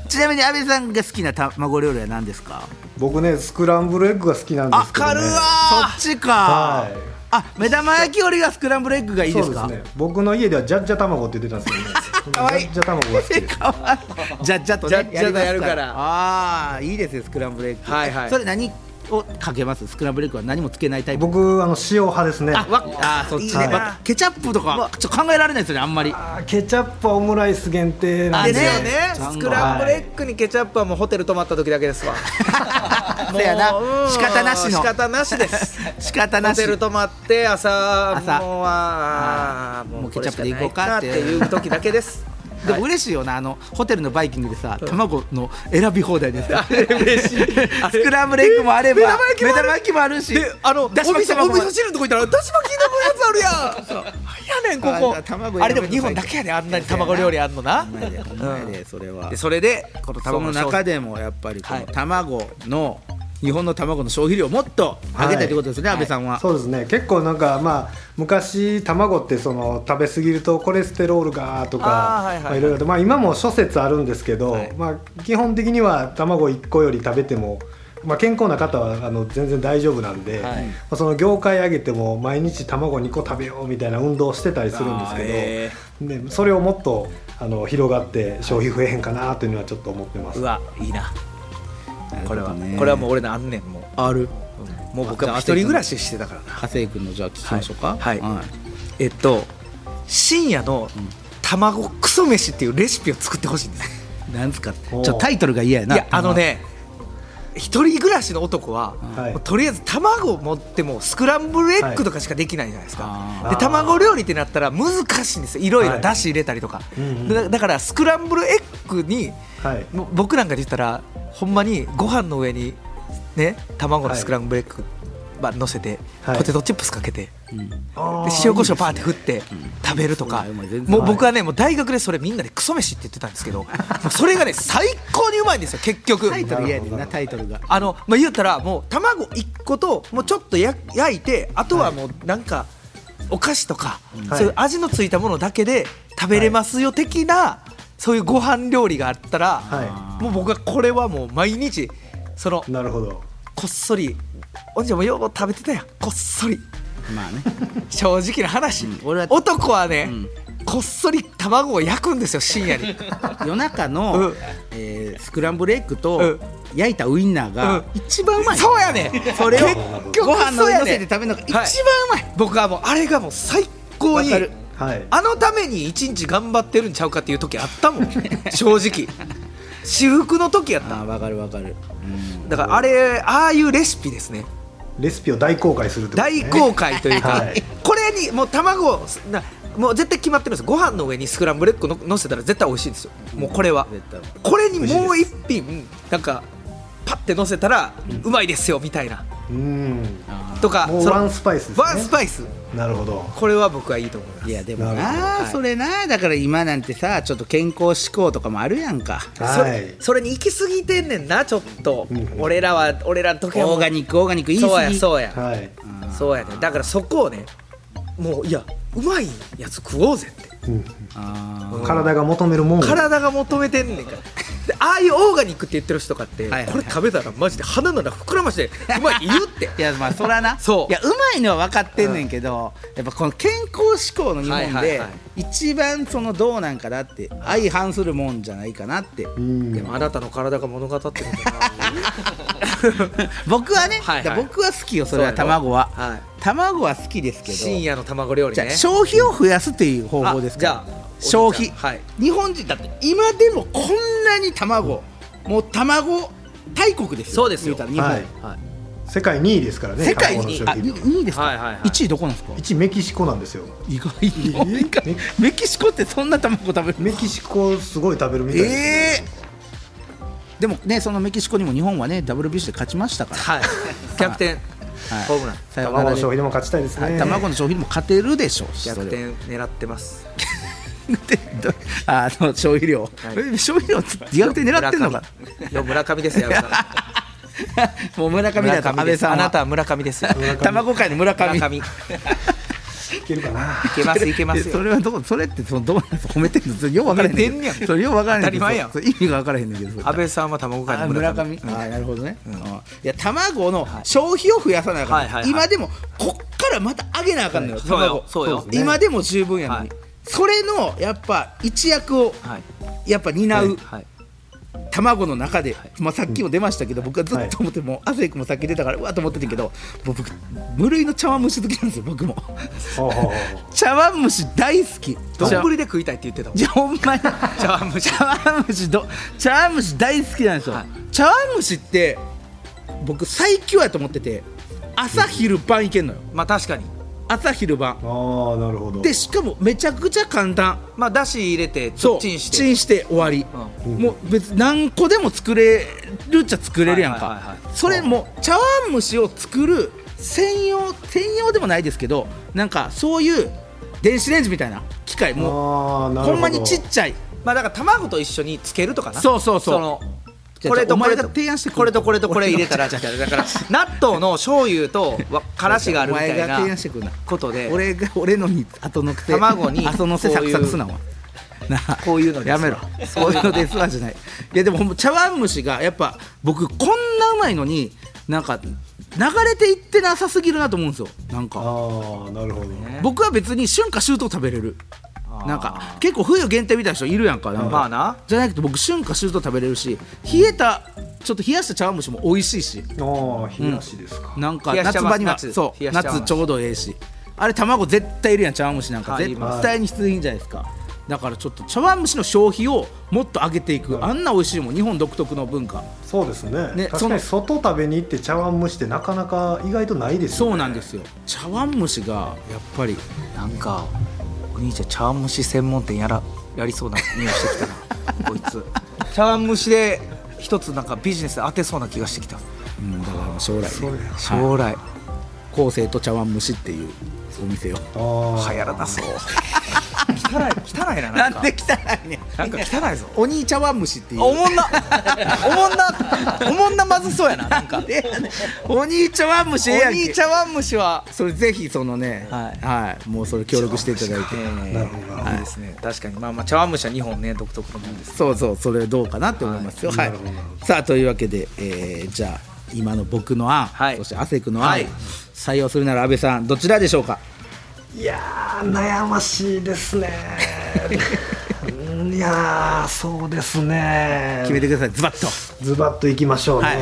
Speaker 1: ちなみに安倍さんが好きな卵料理は何ですか
Speaker 5: 僕ねスクランブルエッグが好きなんで
Speaker 1: あ
Speaker 5: すけど、
Speaker 1: か
Speaker 5: ね、
Speaker 1: るわそっちか、
Speaker 5: はい
Speaker 1: あ目玉焼きよりはスクランブルエッグがいいで
Speaker 5: そ
Speaker 1: す
Speaker 5: うで
Speaker 1: か
Speaker 5: すね僕の家ではジャッジャ卵って言ってたんですけど ね
Speaker 1: かわいい
Speaker 5: ジャッジャ卵が好きです
Speaker 1: か わいいじゃっじゃとね
Speaker 2: じゃっじゃとやるから
Speaker 1: ああーいいですよスクランブルエッグ
Speaker 2: はいはい
Speaker 1: それ何をかけますスクランブルエッグは何もつけないタイプ
Speaker 5: 僕あの塩派ですね
Speaker 1: あわあーそっち
Speaker 2: い
Speaker 1: ね
Speaker 2: いな
Speaker 1: わケチャップとかちょっと考えられないですよねあんまり
Speaker 5: あーケチャップはオムライス限定なん
Speaker 1: あ
Speaker 5: で
Speaker 2: ですよね
Speaker 1: ちゃんと
Speaker 2: スクランブルエッグにケチャップはもうホテル泊まった時だけですわ
Speaker 1: そうやな
Speaker 2: もうん
Speaker 1: 仕方なしの
Speaker 2: 仕方なしです
Speaker 1: 仕方な
Speaker 2: ホ
Speaker 1: し
Speaker 2: テル泊まって朝
Speaker 1: 朝
Speaker 2: もうはもう
Speaker 1: もう
Speaker 2: こ
Speaker 1: ケ
Speaker 2: れ
Speaker 1: チャ
Speaker 2: し
Speaker 1: ッ
Speaker 2: か
Speaker 1: プ
Speaker 2: な
Speaker 1: で
Speaker 2: い
Speaker 1: いこうかって
Speaker 2: なっていう時だけです
Speaker 1: でも嬉しいよなあのホテルのバイキングでさ卵の選び放題ですから嬉しい スクランブルエッグもあれば目玉焼きもあるし
Speaker 2: で あのお
Speaker 1: だ
Speaker 2: 味
Speaker 1: し巻き
Speaker 2: 噌
Speaker 1: 卵
Speaker 2: お
Speaker 1: も
Speaker 2: 味噌汁のとこ行ったらだし巻きのやつあるやんやねんこ
Speaker 1: あんた卵選べ
Speaker 2: こ
Speaker 1: な
Speaker 2: あれでも日本だけやねあんなに卵料理あんのな
Speaker 1: ほんまやでほんまやでそれは
Speaker 2: でそれでこの
Speaker 1: そ
Speaker 2: 卵
Speaker 1: の
Speaker 2: の商
Speaker 1: 中
Speaker 2: 品
Speaker 1: でもやっぱりこ
Speaker 2: は
Speaker 1: の
Speaker 2: い
Speaker 1: 卵の日本の卵の消費量をもっと上げたいということですね、安倍さんは。
Speaker 5: そうですね結構なんかまあ昔卵ってその食べ過ぎるとコレステロールがと
Speaker 2: あーはいはいはい
Speaker 5: かまあいろいろとまあ今も諸説あるんですけど、
Speaker 2: はい
Speaker 5: まあ基本的には卵1個より食べてもまあ健康な方はあの全然大丈夫なん
Speaker 2: は
Speaker 5: で、
Speaker 2: い
Speaker 5: まあその業界上げても毎日卵2個食べようみたいな運動をしてたりするんですけ
Speaker 2: あー
Speaker 5: ど、
Speaker 2: へ
Speaker 5: でそれをもっとあの広がって消費増えへんかなというのはちょっと思ってます
Speaker 2: う。わいいなこれは
Speaker 1: ね
Speaker 2: これはもう俺のあんねんもう
Speaker 1: ある
Speaker 2: もう僕は一人暮らししてたからな
Speaker 1: 加瀬君のじゃあ聞きましょうか。
Speaker 2: はいはいえっと深夜の卵クソ飯っていうレシピを作ってほしいんです
Speaker 1: なんですかちょ
Speaker 5: お
Speaker 1: っ
Speaker 5: う
Speaker 1: とタイトルが嫌やな。
Speaker 2: いやあのね一人暮らしの男は、
Speaker 5: はい
Speaker 2: もうとりあえず卵を持ってもスクランブルエッグとかしかできないじゃないですか、
Speaker 1: はい
Speaker 2: で
Speaker 5: あー
Speaker 2: 卵料理ってなったら難しいんですよいろい
Speaker 5: は
Speaker 2: ろ
Speaker 5: い
Speaker 2: だし入れたりとか、
Speaker 5: うんうん
Speaker 2: だだからスクランブルエッグに
Speaker 5: はい
Speaker 2: もう僕なんかで言ったらほんまにご飯の上にね卵のスクランブルエッグば乗せて、
Speaker 5: はい
Speaker 2: ポテトチップスかけて、
Speaker 5: あ
Speaker 2: で
Speaker 5: ー
Speaker 2: 塩コショウパーって振って食べるとか
Speaker 1: うんうまい全然
Speaker 2: もう僕はねもう大学でそれみんなでクソ飯って言ってたんですけどもうそれがね最高にうまいんですよ結局
Speaker 1: タイトル嫌やねんなタイトルが。
Speaker 2: あの、まあ、言ったらもう卵1個ともうちょっとや焼いてあとはもうなんかお菓子とか、
Speaker 5: はい
Speaker 2: そういう味のついたものだけで食べれますよ的な、そういうご飯料理があったら、
Speaker 5: は
Speaker 2: もう僕はこれはもう毎日その
Speaker 5: なるほど
Speaker 2: こっそりおんちゃんもよう食べてたやんこっそり
Speaker 1: まあね。
Speaker 2: 正直な話、
Speaker 1: うん俺は
Speaker 2: 男はね、
Speaker 1: ん
Speaker 2: こっそり卵を焼くんですよ深 夜に
Speaker 1: 夜中の、
Speaker 2: うん
Speaker 1: えースクランブルエッグと、
Speaker 2: うん
Speaker 1: 焼いたウインナー
Speaker 2: うん
Speaker 1: が一番うまい。
Speaker 2: そうやねん
Speaker 1: それを
Speaker 2: 結局
Speaker 1: ご飯の上に乗せて
Speaker 2: そうやね
Speaker 1: 食
Speaker 2: ん
Speaker 1: べるのが一
Speaker 2: は
Speaker 1: 番
Speaker 2: いう
Speaker 1: まい。
Speaker 2: 僕はもうあれがもう最高に
Speaker 1: わかる
Speaker 5: はい
Speaker 2: あのために一日頑張ってるんちゃうかっていう時あった もん正直私服の時やった
Speaker 1: あーわかるわかる。うん
Speaker 2: だからあれああいうレシピですね
Speaker 5: レシピを大公開するってことで
Speaker 2: 大
Speaker 5: すね
Speaker 2: 公開というか、
Speaker 5: はい
Speaker 2: これにもう卵をなもう絶対決まってるんですご飯の上にスクランブルエッグののせたら絶対美味しいですよもうこれは
Speaker 1: 絶対うまい
Speaker 2: これにもう一品なんかパッてのせたらうまいですよみたいな
Speaker 5: うん
Speaker 2: とか
Speaker 5: もう
Speaker 2: その
Speaker 5: ワンスパイスですね
Speaker 2: ワンスパイス
Speaker 5: なるほど
Speaker 2: これは僕はいいと思います
Speaker 1: いやでも
Speaker 5: なる
Speaker 2: ほ
Speaker 1: な
Speaker 2: ど
Speaker 1: それなだから今なんてさちょっと健康志向とかもあるやんか
Speaker 2: それ
Speaker 5: はい
Speaker 2: それに行き過ぎてんねんなちょっと、
Speaker 5: うんうん
Speaker 2: 俺らは俺らの時はもう
Speaker 1: オーガニックオーガニックいい
Speaker 2: そうやそうや、
Speaker 5: はい
Speaker 2: そうやねだからそこをねもういやうまいやつ食おうぜって
Speaker 5: うん
Speaker 1: あー
Speaker 5: 体が求めるもんを
Speaker 2: 体が求めてんねんからでああいうオーガニックって言ってる人とかって、
Speaker 1: はいはい
Speaker 2: これ食べたらマジで鼻なら膨ら ましてうまい言うって
Speaker 1: いやまあそらな
Speaker 2: そう
Speaker 1: いやうまいのは分かってんねんけど、やっぱこの健康志向の日本
Speaker 2: はいはい
Speaker 1: で
Speaker 2: はい
Speaker 1: 一番そのどうなんかなって相反するもんじゃないかなって、
Speaker 5: うん
Speaker 2: でもあなたの体が物語ってるんだな
Speaker 1: 僕はね、
Speaker 2: はいはい
Speaker 1: だから僕は好きよそれは
Speaker 2: そうやろ
Speaker 1: 卵 は、
Speaker 2: はい
Speaker 1: 卵は好きですけど
Speaker 2: 深夜の卵料理
Speaker 1: じゃあ
Speaker 2: ね
Speaker 1: 消費を増やすっていう方法ですから
Speaker 2: あじゃあ
Speaker 1: 消費、
Speaker 2: はい
Speaker 1: 日本人だって今でもこんなに卵、もう卵大国ですよ
Speaker 2: そうですよ
Speaker 1: 言たら日本、
Speaker 5: はい
Speaker 2: はい
Speaker 5: 世界2位ですからね
Speaker 1: 世界に
Speaker 5: に
Speaker 1: あ2位ですか、
Speaker 2: はいはいはい
Speaker 1: 1位どこなんですか
Speaker 5: 1メキシコなんですよ
Speaker 1: 意外
Speaker 5: え
Speaker 1: 意外メキシコってそんな卵食べる
Speaker 5: メキシコすごい食べるみたいですね
Speaker 1: ええでもねそのメキシコにも日本はね WBC で勝ちましたから、
Speaker 2: はいキャプテン、
Speaker 1: はい
Speaker 2: ホームラン
Speaker 1: さよな
Speaker 5: 卵の
Speaker 1: らで
Speaker 5: 消費でも勝ちたいです
Speaker 1: は
Speaker 5: ね
Speaker 1: い卵の消費にも勝てるでしょうし
Speaker 2: 逆
Speaker 1: それは
Speaker 2: 転狙ってます
Speaker 1: でどあの消費量、
Speaker 2: い
Speaker 1: 消費量って逆転狙ってんのか
Speaker 2: いや村上ですよ矢部さん
Speaker 1: もう村上だと安
Speaker 2: で
Speaker 1: 倍
Speaker 2: す
Speaker 1: さんは
Speaker 2: あなたは村上ですよ
Speaker 1: 卵界の村上
Speaker 2: 村上い
Speaker 5: いけるかない
Speaker 2: けますいけま
Speaker 1: え
Speaker 2: す
Speaker 1: そ
Speaker 2: よ
Speaker 1: れはどうそれってそのどうなんですか褒めてるのそれよう分からへんね
Speaker 2: 褒めてん
Speaker 1: ん
Speaker 2: ねやん
Speaker 1: けどそれよう分からへんねんけど
Speaker 2: 当たり前やん
Speaker 1: それ意味が分からへんねんけどそれ
Speaker 2: 安倍さんは卵界
Speaker 1: あ
Speaker 2: の
Speaker 1: 村
Speaker 2: 村
Speaker 1: 上
Speaker 2: 上
Speaker 1: あなるほどね、うんいや卵の消費を増やさなあかんねん、
Speaker 2: はいはいはい
Speaker 1: 今でもこっからまた上げなあかんのよ、
Speaker 2: はい
Speaker 1: 卵
Speaker 2: そうよそうよ
Speaker 1: 今でも十分やのに、
Speaker 2: はい
Speaker 1: それのやっぱ一役を
Speaker 2: はい
Speaker 1: やっぱ担う
Speaker 2: はい
Speaker 1: 卵の中で、まあ、さっきも出ましたけど、僕はずっと思って、もう汗くもさっき出たからうわーと思ってたけどもう僕無類の茶碗蒸し好きなんですよ僕 も
Speaker 5: ああああ
Speaker 1: 茶碗蒸し大好き
Speaker 2: 丼で食いたいって言ってたもん
Speaker 1: じゃあほんまに
Speaker 2: 茶碗蒸 し
Speaker 1: 茶碗蒸しど茶碗蒸し大好きなんですよ、
Speaker 2: はい
Speaker 1: 茶碗蒸しって僕最強やと思ってて朝昼晩いけんのよ
Speaker 2: まあ確かに
Speaker 1: 朝昼晩
Speaker 5: ああなるほど
Speaker 1: でしかもめちゃくちゃ簡単
Speaker 2: まあだし入れてち
Speaker 1: そ
Speaker 2: ょ
Speaker 1: う
Speaker 2: っちんして
Speaker 1: チンして終わり、
Speaker 5: うん
Speaker 1: もう別に何個でも作れるっちゃ作れるやん
Speaker 2: はいはい
Speaker 1: か
Speaker 2: はいは
Speaker 1: それも茶碗蒸しを作る専用専用でもないですけどなんかそういう電子レンジみたいな機械も
Speaker 5: ああ
Speaker 1: う
Speaker 5: なるほど
Speaker 1: ほんまにちっちゃい
Speaker 2: まあだから卵と一緒につけるとかな
Speaker 1: そうそうそう
Speaker 2: の
Speaker 1: じゃあ
Speaker 2: これと
Speaker 1: お
Speaker 2: こ
Speaker 1: 前
Speaker 2: れ
Speaker 1: が
Speaker 2: と
Speaker 1: 提案してくる
Speaker 2: これとこれとこれ入れたらじゃあだから納豆の醤油とわからしがあるみたい
Speaker 1: お前が提案
Speaker 2: な
Speaker 1: してくんな
Speaker 2: ことで
Speaker 1: 俺が俺のに後のくて
Speaker 2: 卵に
Speaker 1: 後のせサクサクすなお前なあ
Speaker 2: こういうのです
Speaker 1: や
Speaker 2: わ
Speaker 1: めろそういうのですわじゃないいやでもほんま茶碗蒸しがやっぱ僕こんなうまいのになんか流れていってなさすぎるなと思うんですよなんか
Speaker 5: ああなるほど
Speaker 1: 僕は別に春夏秋冬食べれる
Speaker 2: あー
Speaker 1: なんか結構冬限定みたいな人いるやんかなんか
Speaker 2: まあな
Speaker 1: じゃなくて僕春夏秋冬食べれるし冷えたちょっと冷やした茶碗蒸しも美味しいし
Speaker 5: ああ冷やしですか、
Speaker 1: なんか
Speaker 2: 冷やし茶
Speaker 1: 夏
Speaker 2: 碗
Speaker 1: 場には
Speaker 2: 夏
Speaker 1: そう
Speaker 2: 冷やし茶碗
Speaker 1: 夏ちょうどええしあれ卵絶対いるやん茶碗蒸しなんか
Speaker 2: はい
Speaker 1: 絶対に必要いんじゃないですかだからちょっと茶碗蒸しの消費をもっと上げていくあんな美味しいもん日本独特の文化
Speaker 5: そうですね
Speaker 1: ね
Speaker 5: 確かに外食べに行って茶碗蒸しってなかなか意外とないですよね
Speaker 1: そうなんですよ茶碗蒸しがやっぱり
Speaker 2: なんかお兄ちゃん茶碗蒸し専門店やらやりそうな匂いしてきた なこいつ茶碗蒸しで一つなんかビジネス当てそうな気がしてきた
Speaker 1: うんだから将来ね
Speaker 2: 将来、
Speaker 1: 後世と茶碗蒸しっていうお店を
Speaker 5: あ
Speaker 2: 流行らなそう汚い汚いな
Speaker 1: な
Speaker 2: な
Speaker 1: ん
Speaker 2: か
Speaker 1: んで汚いねん
Speaker 2: なんか汚いぞ
Speaker 1: お兄茶碗蒸しってい
Speaker 2: あお
Speaker 1: う
Speaker 2: もんなおもんなおもんなまずそうや ななんか
Speaker 1: ええやんけお兄茶碗蒸しええや
Speaker 2: お
Speaker 1: んけ
Speaker 2: 兄茶碗蒸しは
Speaker 1: それぜひそのねは、
Speaker 2: はいい
Speaker 1: もうそれ協力していただいて
Speaker 5: あなるほどなるほど、
Speaker 2: いいですね確かにまあまあ茶碗蒸しは日本ね独特のもんです
Speaker 1: そうそうそれどうかなって思いますよはい、
Speaker 5: なるほどなる
Speaker 1: さあというわけで、えーじゃあ今の僕の案、
Speaker 2: はい
Speaker 1: そして亜生君の案、
Speaker 2: はい
Speaker 1: 採用するなら安倍さんどちらでしょうか
Speaker 5: いやー悩ましいで すねうんいやーそうですね
Speaker 1: 決めてくださいズバッと
Speaker 5: ズバッといきましょうね、
Speaker 1: はい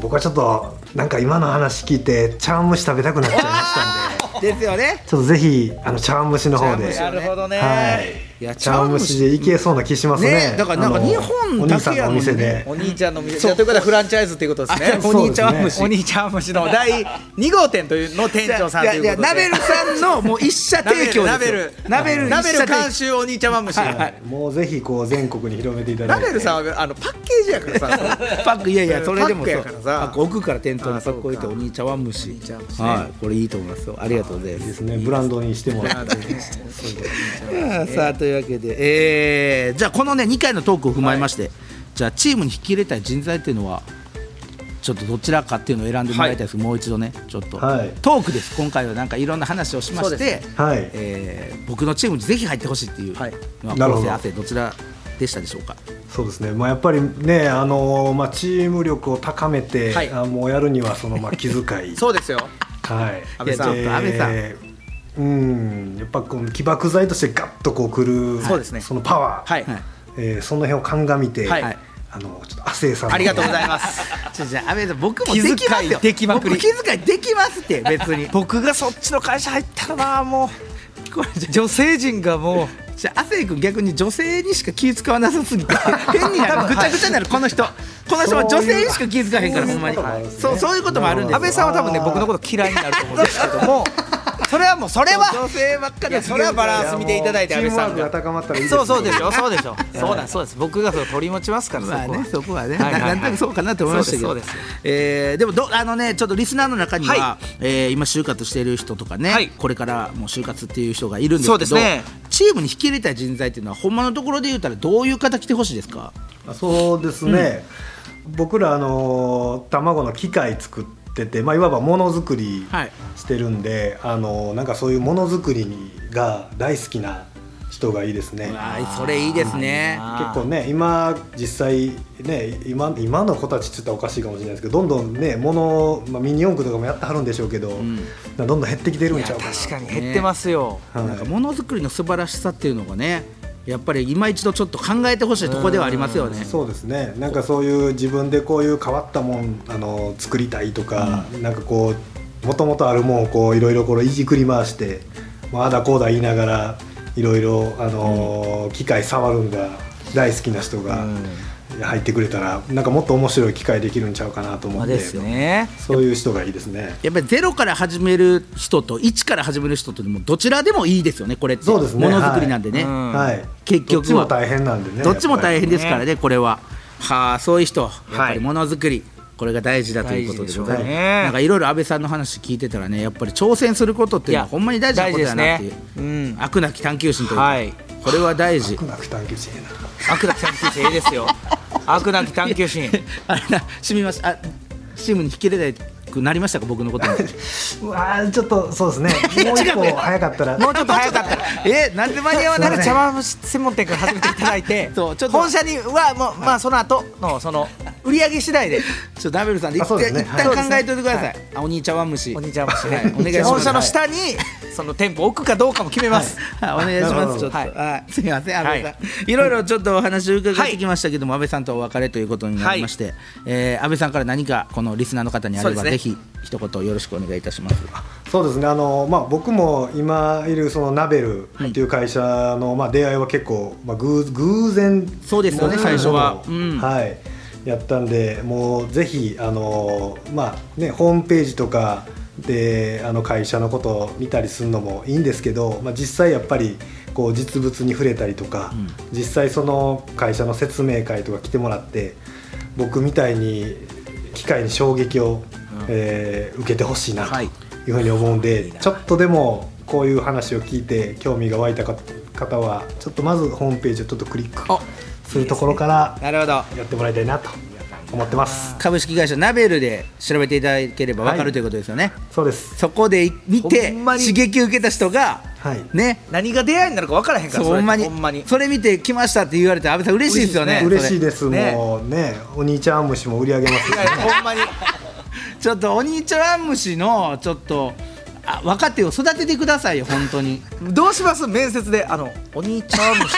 Speaker 5: 僕はちょっとなんか今の話聞いて茶碗蒸し食べたくなっちゃいま したんで
Speaker 1: ですよね
Speaker 5: ちょっとぜひあの茶碗蒸しの方で
Speaker 1: 茶碗
Speaker 2: るほどね
Speaker 5: はい
Speaker 1: いや
Speaker 5: 茶碗蒸しでいけそうな気しますね
Speaker 1: ねだからなんか
Speaker 5: あの
Speaker 1: 日本だけやのに
Speaker 5: お兄さんのお店で
Speaker 2: お兄ちゃんの店じゃあということはフランチャイズということですね
Speaker 1: あお兄ちゃん蒸し
Speaker 5: そ
Speaker 2: お兄ちゃん虫の第2号店というの 店長さんということで
Speaker 1: ナベルさんのもう一社提供ですよ
Speaker 2: ナベル
Speaker 1: ナベル
Speaker 2: ナベル
Speaker 1: 一社提供
Speaker 2: 監修お兄ちゃん虫ナ
Speaker 5: もうぜひこう全国に広めていただいて
Speaker 2: ベルさんはあの パッケージやからさ
Speaker 1: パックいやいやそれでも
Speaker 2: パ
Speaker 1: そ
Speaker 2: ッ
Speaker 1: う
Speaker 2: クやから
Speaker 1: パ
Speaker 2: さ
Speaker 1: ック奥から店頭
Speaker 2: あ
Speaker 1: に
Speaker 2: あそ
Speaker 1: パ
Speaker 2: うか
Speaker 1: ック置いてお兄ちゃんは虫
Speaker 2: ちゃん虫ね
Speaker 1: はいこれいいと思いますよありがとうございま
Speaker 5: ですすねブランドにしてもらって
Speaker 1: ああさあというわけでえーじゃあこのね2回のトークを踏まえましてじゃあチームに引き入れたい人材っていうのはちょっとどちらかっていうのを選んでもらいたいですもう一度ねちょっとト
Speaker 5: はい
Speaker 1: ークです今回はなんかいろんな話をしま
Speaker 2: そ
Speaker 1: し
Speaker 2: うで
Speaker 1: て
Speaker 5: はい
Speaker 1: えー僕のチームにぜひ入ってほしいっていう
Speaker 2: はい
Speaker 1: まあ
Speaker 5: なるほ
Speaker 1: 昴
Speaker 5: ど
Speaker 1: 生亜生どちらでしたでしょうか
Speaker 5: そうですね、まあ、やっぱりね、あのーまあ、チーム力を高めて、
Speaker 2: はい
Speaker 5: あもうやるにはその、まあ、気遣い
Speaker 2: そうですよ
Speaker 5: はい
Speaker 2: 安倍さん
Speaker 5: で
Speaker 1: ちょっと安倍さん
Speaker 5: うんやっぱこう起爆剤としてガッとこうくる
Speaker 2: そうですね
Speaker 5: のパワー、
Speaker 2: はい
Speaker 1: はい
Speaker 5: えーその辺を鑑みて、
Speaker 2: はい
Speaker 5: あのちょっと亜生さんの
Speaker 2: ありがとうございます
Speaker 1: じゃじゃあ安倍さん僕も
Speaker 2: 気遣
Speaker 1: で
Speaker 2: い
Speaker 1: きますよ
Speaker 2: できまくり
Speaker 1: 僕気遣いできますって別 に
Speaker 2: 僕がそっちの会社入ったらなも
Speaker 1: これじ
Speaker 2: う女性陣がもう
Speaker 1: ゃじゃあ亜生君逆に女性にしか気使わなさすぎ て変になるぐちゃぐちゃになるこの人この人は女性にしか気使わへんから
Speaker 5: そ
Speaker 1: ほん
Speaker 5: ういう
Speaker 1: まに
Speaker 5: そう
Speaker 1: そ
Speaker 5: いうこともあるんですね
Speaker 1: うそういうこともあるんですよ
Speaker 2: 安倍さんは多分ね
Speaker 5: あー
Speaker 2: 僕のこと嫌いになると思うんですけどもそれはもうそれは
Speaker 1: 女性ばっかり
Speaker 2: いやそれはバランス見ていただいて
Speaker 5: チ
Speaker 2: 安
Speaker 5: ー
Speaker 2: 倍
Speaker 5: ムワ
Speaker 2: さん
Speaker 5: ーク
Speaker 2: が
Speaker 5: が高まったらいいです
Speaker 2: そうそうで
Speaker 5: ね
Speaker 2: しょそうでしょそうだそうです僕がそれ取り持ちますからそこ
Speaker 1: まあね
Speaker 2: は
Speaker 1: そこはね、
Speaker 2: はいはいはい
Speaker 1: ななんとなくそうかなと思いましたけど
Speaker 2: そうですそうで
Speaker 1: えーでもどあのねちょっとリスナーの中には、
Speaker 2: は
Speaker 1: えー今就活している人とかね、
Speaker 2: はい
Speaker 1: これからもう就活っていう人がいるんですけど
Speaker 2: そうですね
Speaker 1: チームに引き入れたい人材っていうのはほんまのところで言うたらどういう方来てほしいですか
Speaker 5: あそうですね、僕らあのー卵の機械作ってて、まあ、いわばものづくり
Speaker 1: はい
Speaker 5: してるんで、あのーなんかそういうものづくりが大好きな人がいいですね
Speaker 1: わあそれいいですね
Speaker 2: あー
Speaker 5: 結構ね今実際ね今今の子たちって言ったらおかしいかもしれないですけどどんどんねもの、まあ、ミニ四駆とかもやってはるんでしょうけど、どんどん減ってきてるんちゃうかな
Speaker 2: 確かに減ってますよ、
Speaker 5: はい
Speaker 1: なんかものづくりの素晴らしさっていうのがねやっぱり今一度ちょっと考えてほしいとこではありますよね。
Speaker 5: そうですねなんかそういう自分でこういう変わったもんあの作りたいとか、なんかこうもともとあるもんをこういろいろこういじくり回して、まああだこうだ言いながらいろいろあの、機械触るんが大好きな人が入ってくれたら、なんかもっと面白い機械できるんちゃうかなと思
Speaker 1: ま
Speaker 5: っ
Speaker 1: あ
Speaker 5: て、
Speaker 1: ですね。
Speaker 5: そういう人がいいですね。
Speaker 1: やっぱりゼロから始める人と1から始める人とでもどちらでもいいですよねこれって
Speaker 5: そうですね
Speaker 1: ものづくりなんでね、
Speaker 2: はいうん
Speaker 5: はい、
Speaker 1: 結局は
Speaker 5: どっちも大変なんでね
Speaker 1: どっちも大変
Speaker 5: で
Speaker 1: ですからねこれははあそういう人やっぱ
Speaker 2: は
Speaker 1: り
Speaker 2: い
Speaker 1: ものづくり、これが大事だということでございます、
Speaker 5: 大事でしょう
Speaker 2: ね
Speaker 1: なんかいろいろ安倍さんの話聞いてたらねやっぱり挑戦することっていうのはい
Speaker 2: や
Speaker 1: ほんまに大事なことだなっていう、
Speaker 2: 大事ですねうん
Speaker 1: 悪なき探求心というか、
Speaker 2: はい
Speaker 1: これは大事
Speaker 5: くなく探求心やな
Speaker 2: 悪なき探求心いいですよ悪なき探求心
Speaker 1: あれなしみましたあチームに引き入れたくなりましたか僕のことも
Speaker 5: うわーちょっとそう ですねもう一歩早かったら
Speaker 2: もうちょっと早かったら
Speaker 1: えなんで間に合わ
Speaker 2: な
Speaker 1: な
Speaker 2: ら
Speaker 1: い
Speaker 2: 茶碗蒸し専門店から始めていただいて
Speaker 1: そうちょっと
Speaker 2: 本社にはもう、まあその後のその売り上げ次第 で
Speaker 1: ちょっとダブルさんで一
Speaker 5: あそうで
Speaker 1: 回
Speaker 5: すね
Speaker 1: 一旦考えておいてください。あお兄ちゃんは虫。
Speaker 2: お兄ちゃんもし
Speaker 1: はいお願いします。
Speaker 2: 本社の下にその店舗置くかどうかも決めます、
Speaker 1: はい、お願いし
Speaker 5: なる
Speaker 1: ま
Speaker 5: ほ
Speaker 1: す。
Speaker 5: ど
Speaker 1: ちょっと、は
Speaker 2: はいい、
Speaker 1: すみません、安倍さん、、
Speaker 2: はい
Speaker 1: ろいろちょっとお話を伺ってきましたけども、安倍さんとお別れということになりまして。えー安倍さんから何か、このリスナーの方にあれば、
Speaker 2: そう
Speaker 1: ぜ
Speaker 2: です
Speaker 1: ひ一言よろしくお願いいたします。
Speaker 5: そうですねあの、まあ、僕も今いるそのナベルっていう会社の、まあ、出会いは結構、まあ、偶偶然
Speaker 1: そうですよね
Speaker 5: も
Speaker 1: 最初は
Speaker 5: もの
Speaker 1: うん
Speaker 5: はい、やったんでもうぜひあの、まあね、ホームページとかであの会社のことを見たりするのもいいんですけど、まあ、実際やっぱりこう実物に触れたりとか、実際その会社の説明会とか来てもらって僕みたいに機械に衝撃を、えー受けてほしいなと。
Speaker 1: はい
Speaker 5: いうふうに思うんでちょっとでもこういう話を聞いて興味が湧いた方方はちょっとまずホームページをちょっとクリック
Speaker 1: あ
Speaker 5: するところから
Speaker 1: なるほど。
Speaker 5: やってもらいたいなと思ってます
Speaker 1: 株式会社ナベルで調べていただければわかる、
Speaker 5: はい
Speaker 1: ということですよね。
Speaker 5: そうです
Speaker 1: そこで見て
Speaker 2: ほんまに
Speaker 1: 刺激を受けた人が、
Speaker 5: はい
Speaker 1: ね、
Speaker 2: 何が出会いになるか分からへんか
Speaker 1: そう
Speaker 2: らそ
Speaker 1: ほ
Speaker 2: れ
Speaker 1: んまに
Speaker 2: ほんまに
Speaker 1: それ見て来ましたって言われたら安倍さん嬉しいですよね。
Speaker 5: 嬉しいです、
Speaker 1: それね
Speaker 5: もうねお兄ちゃん虫も売り上げます
Speaker 2: い
Speaker 5: し
Speaker 2: やいやほんまに
Speaker 1: ちょっとお兄ちゃん虫のちょっとあ若手を育ててくださいよ本当に
Speaker 2: どうします面接であのお兄ちゃん虫を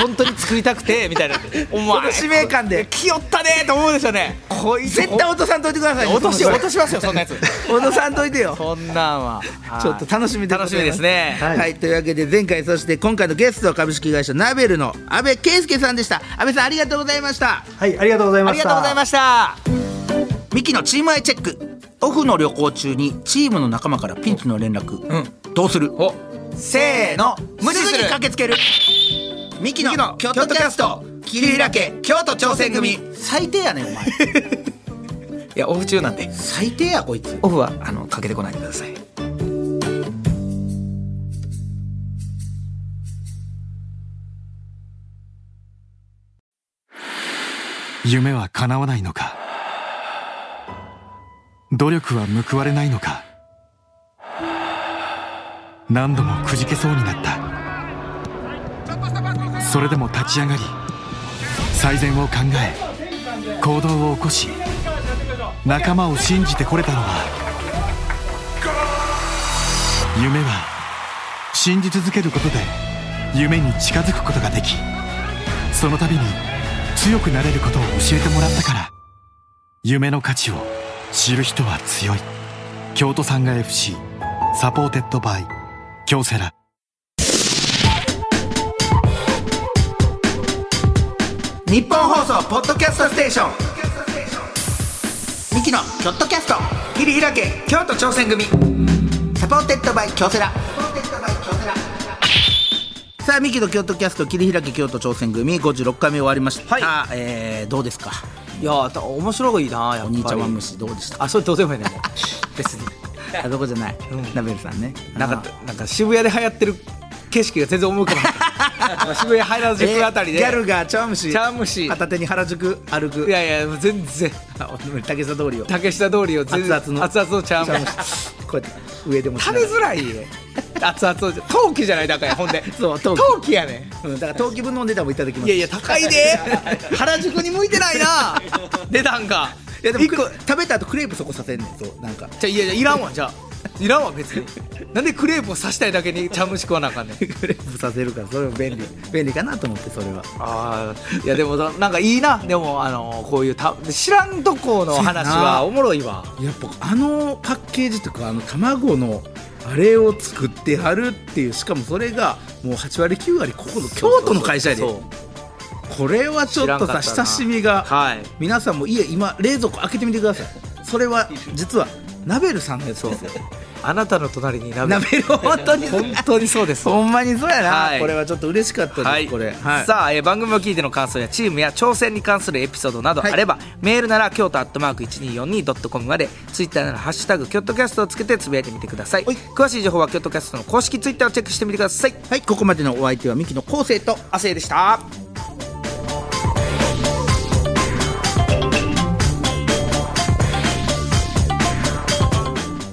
Speaker 2: 本当に作りたくてみたいなお
Speaker 1: この
Speaker 2: 前
Speaker 1: 使命感で
Speaker 2: 来よったねと思うでしょうねこいつ
Speaker 1: 絶対落とさんといてくださいよ
Speaker 2: 落とし
Speaker 1: その
Speaker 2: 落としますよそんな やつ
Speaker 1: 落とさんといてよ
Speaker 2: そんなんははい
Speaker 1: ちょっと楽しみでございま
Speaker 2: 楽しみですね
Speaker 1: は、
Speaker 5: はいい
Speaker 1: というわけで前回そして今回のゲストは株式会社ナベルの阿部圭介さんでした阿部さんありがとうございました
Speaker 5: はいありがとうござい
Speaker 2: あ
Speaker 5: ま
Speaker 2: り
Speaker 5: し
Speaker 2: がとうござい
Speaker 5: た
Speaker 2: ました
Speaker 1: ミキのチームアイチェックオフの旅行中にチームの仲間からピンチの連絡、
Speaker 2: うん
Speaker 1: どうする
Speaker 2: せーの無視す
Speaker 1: ぐに
Speaker 2: る
Speaker 1: 駆けつけるミキ
Speaker 2: ミキ
Speaker 1: の
Speaker 2: の
Speaker 1: 京都キャスト桐平家
Speaker 2: 京都挑戦組
Speaker 1: 最低やねんお 前
Speaker 2: いやオフ中なんで
Speaker 1: 最低やこいつ
Speaker 2: オフはあのかけてこないでください
Speaker 6: 夢は叶わないのか努力は報われないのか何度もくじけそうになったそれでも立ち上がり最善を考え行動を起こし仲間を信じてこれたのは夢は信じ続けることで夢に近づくことができその度に強くなれることを教えてもらったから夢の価値を知る人は強い京都産が FC サポーテッドバイ京セラ
Speaker 1: 日本放送ポッドキャストステーションミキのキョットキャスト桐平家京都挑戦組サポーテッドバイ京セラさあミキの京都キャスト桐平家京都挑戦組56回目終わりました、
Speaker 2: は
Speaker 1: えーどうですか
Speaker 2: いやーた面白いなやっぱ
Speaker 1: お
Speaker 2: り
Speaker 1: 兄ちゃま虫どうでした
Speaker 2: あそれどうでもいいねもう別に
Speaker 1: あどこじゃない、ナベルさんね
Speaker 2: なんかなんか渋谷で流行ってる景色が全然思い浮かばないなんか渋谷原
Speaker 1: えー
Speaker 2: 宿あたりで、
Speaker 1: ギャルが茶碗蒸し
Speaker 2: 茶碗蒸し
Speaker 1: 片手に原宿歩く
Speaker 2: いやいやもう全然
Speaker 1: あ竹下通りを
Speaker 2: 竹下通りを全然
Speaker 1: 熱々の
Speaker 2: 熱々の茶碗蒸し
Speaker 1: こうやって上でもしなが
Speaker 2: 食べ
Speaker 1: ら
Speaker 2: づらい熱々の陶器じゃないだからほんで
Speaker 1: そう陶器
Speaker 2: 陶器やね
Speaker 1: うんだから陶器分の値段もいただきます
Speaker 2: いやいや高い で原宿に向いてないな値段が
Speaker 1: いやでも
Speaker 2: 一個
Speaker 1: 食べた後クレープそこさせんねんそうなんか
Speaker 2: じゃあいやいやいらんわじゃあいらんわ別になんでクレープを刺したいだけに茶蒸し食わなあかんねん
Speaker 1: クレープさせるからそれも便利便利かなと思ってそれは
Speaker 2: ああいやでもななんかいいなでもあのこういうた知らんとこの話
Speaker 1: そうやな
Speaker 2: はおもろいわ
Speaker 1: やっぱあのパッケージとかあの卵のあれを作ってはるっていうしかもそれがもう8割9割ここの京都の会社やで
Speaker 2: そう
Speaker 1: これはちょっと
Speaker 2: 知らんか
Speaker 1: さ
Speaker 2: った
Speaker 1: 親
Speaker 2: な
Speaker 1: しみが
Speaker 2: はい
Speaker 1: 皆さんも家今冷蔵庫開けてみてくださいそれは実はナベルさんのやつですよ
Speaker 2: あなたの隣に鍋
Speaker 1: ナベル本当に
Speaker 2: 本当にそうです
Speaker 1: ほんまにそうやな、
Speaker 2: はい
Speaker 1: これはちょっと嬉しかったです、
Speaker 2: はい、
Speaker 1: これ、
Speaker 2: さあ、えー番組を聞いての感想やチームや挑戦に関するエピソードなど
Speaker 1: はい
Speaker 2: あれば、メールなら京都アットマーク 1242.com までツイッターなら「ハッシュタグキョットキャスト」をつけてつぶやいてみてください
Speaker 1: はい
Speaker 2: 詳しい情報はキョットキャストの公式ツイッターをチェックしてみてください
Speaker 1: はい、ここまでのお相手はミキの昴生と
Speaker 2: 亜生でした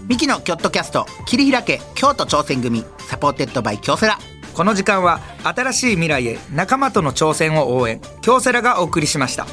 Speaker 7: ミキのキョットキャスト切り開け京都挑戦組サポーテッドバイ京セラ
Speaker 2: この時間は新しい未来へ仲間との挑戦を応援京セラがお送りしました